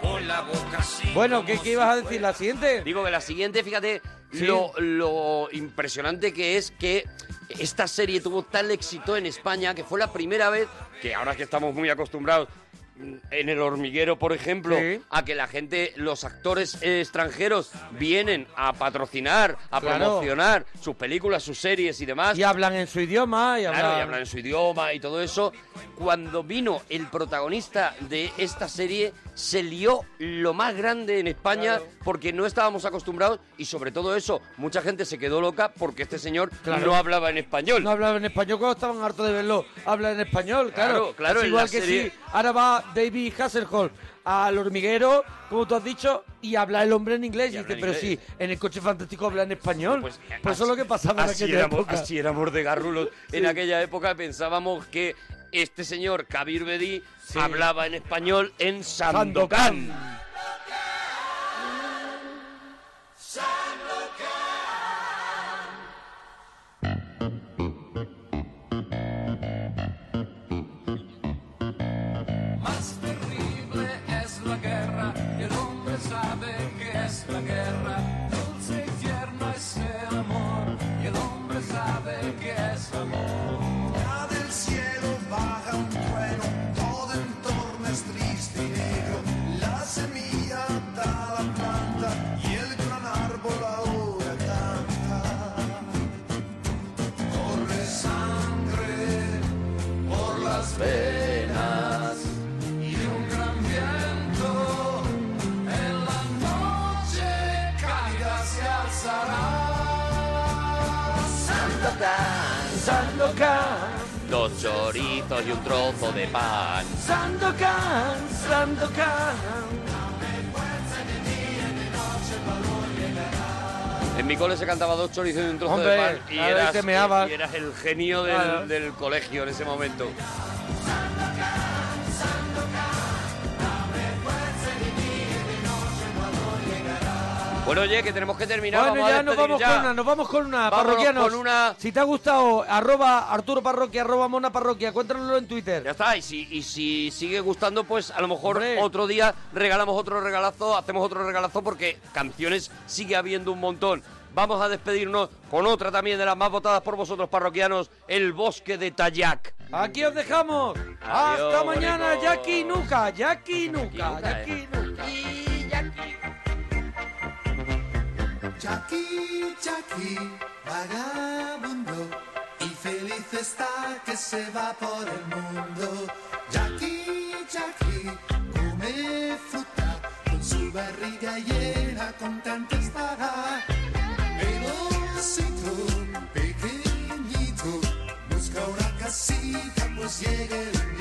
S16: Con la boca así.
S2: Bueno, ¿qué, qué ibas a decir? ¿La siguiente?
S1: Digo que la siguiente, fíjate, lo, lo impresionante que es que esta serie tuvo tal éxito en España que fue la primera vez que ahora que estamos muy acostumbrados mm, en el hormiguero, por ejemplo, a que la gente, los actores eh, extranjeros vienen a patrocinar, a
S2: Claro.
S1: promocionar sus películas, sus series y demás.
S2: Y hablan en su idioma. Y
S1: Claro,
S2: hablan-
S1: y hablan en su idioma y todo eso. Cuando vino el protagonista de esta serie, se lió lo más grande en España porque no estábamos acostumbrados y sobre todo eso, mucha gente se quedó loca porque este señor
S2: Claro.
S1: no hablaba en español.
S2: No hablaban en español cuando estaban hartos de verlo. Hablan en español, claro.
S1: Claro, claro,
S2: Es
S1: en
S2: igual
S1: la
S2: que
S1: serie-
S2: sí. Ahora va David Hasselhoff al hormiguero, como tú has dicho, y habla el hombre en inglés. Y, dice,
S1: en
S2: pero sí,
S1: inglés.
S2: en el coche fantástico habla en español. Pues, eso es lo que pasaba en
S1: Así
S2: aquella
S1: éramos,
S2: época.
S1: así éramos de garrulos. En
S2: Sí.
S1: aquella época pensábamos que este señor, Kabir Bedi, hablaba en español en
S2: Sandokan.
S1: Sandokan.
S16: Más terrible es la guerra, y el hombre sabe que es la guerra. Dulce y tierno es el amor, y el hombre sabe que es amor. Ya del cielo baja un trueno, todo en torno es triste y negro. La semilla da la planta, y el gran árbol ahora canta. Corre sangre por las venas y un gran viento en la noche caiga se alzará. Sandokan, Sandokan,
S1: Dos chorizos y un trozo de pan.
S16: Sandokan, Sandokan.
S1: En mi cole se cantaba dos chorizos y un trozo
S2: Hombre,
S1: de pan y
S2: a ver,
S1: eras,
S2: te meabas.
S1: y eras el genio del,
S2: Claro.
S1: del colegio en ese momento. Bueno, oye, que tenemos que terminar.
S2: Bueno,
S1: vamos a
S2: ya nos
S1: despedir
S2: vamos
S1: ya.
S2: con una, nos vamos con una,
S1: Vámonos
S2: parroquianos.
S1: con una-
S2: Si te ha gustado, arroba Arturo Parroquia, arroba Mona Parroquia, cuéntanoslo en Twitter.
S1: Ya está, y si, y si sigue gustando, pues a lo mejor otro día regalamos otro regalazo, hacemos otro regalazo porque canciones sigue habiendo un montón. Vamos a despedirnos con otra también de las más votadas por vosotros parroquianos, El Bosque de Tayac.
S2: Aquí os dejamos. Hasta mañana, Jackie Nuca, Jackie Nuca, eh. Jackie Nuca.
S16: Jackie, Jackie, vagabundo, y feliz está que se va por el mundo. Jackie, Jackie, come fruta, con su barriga llena contento estará. El osito pequeñito busca una casita, pues llegue el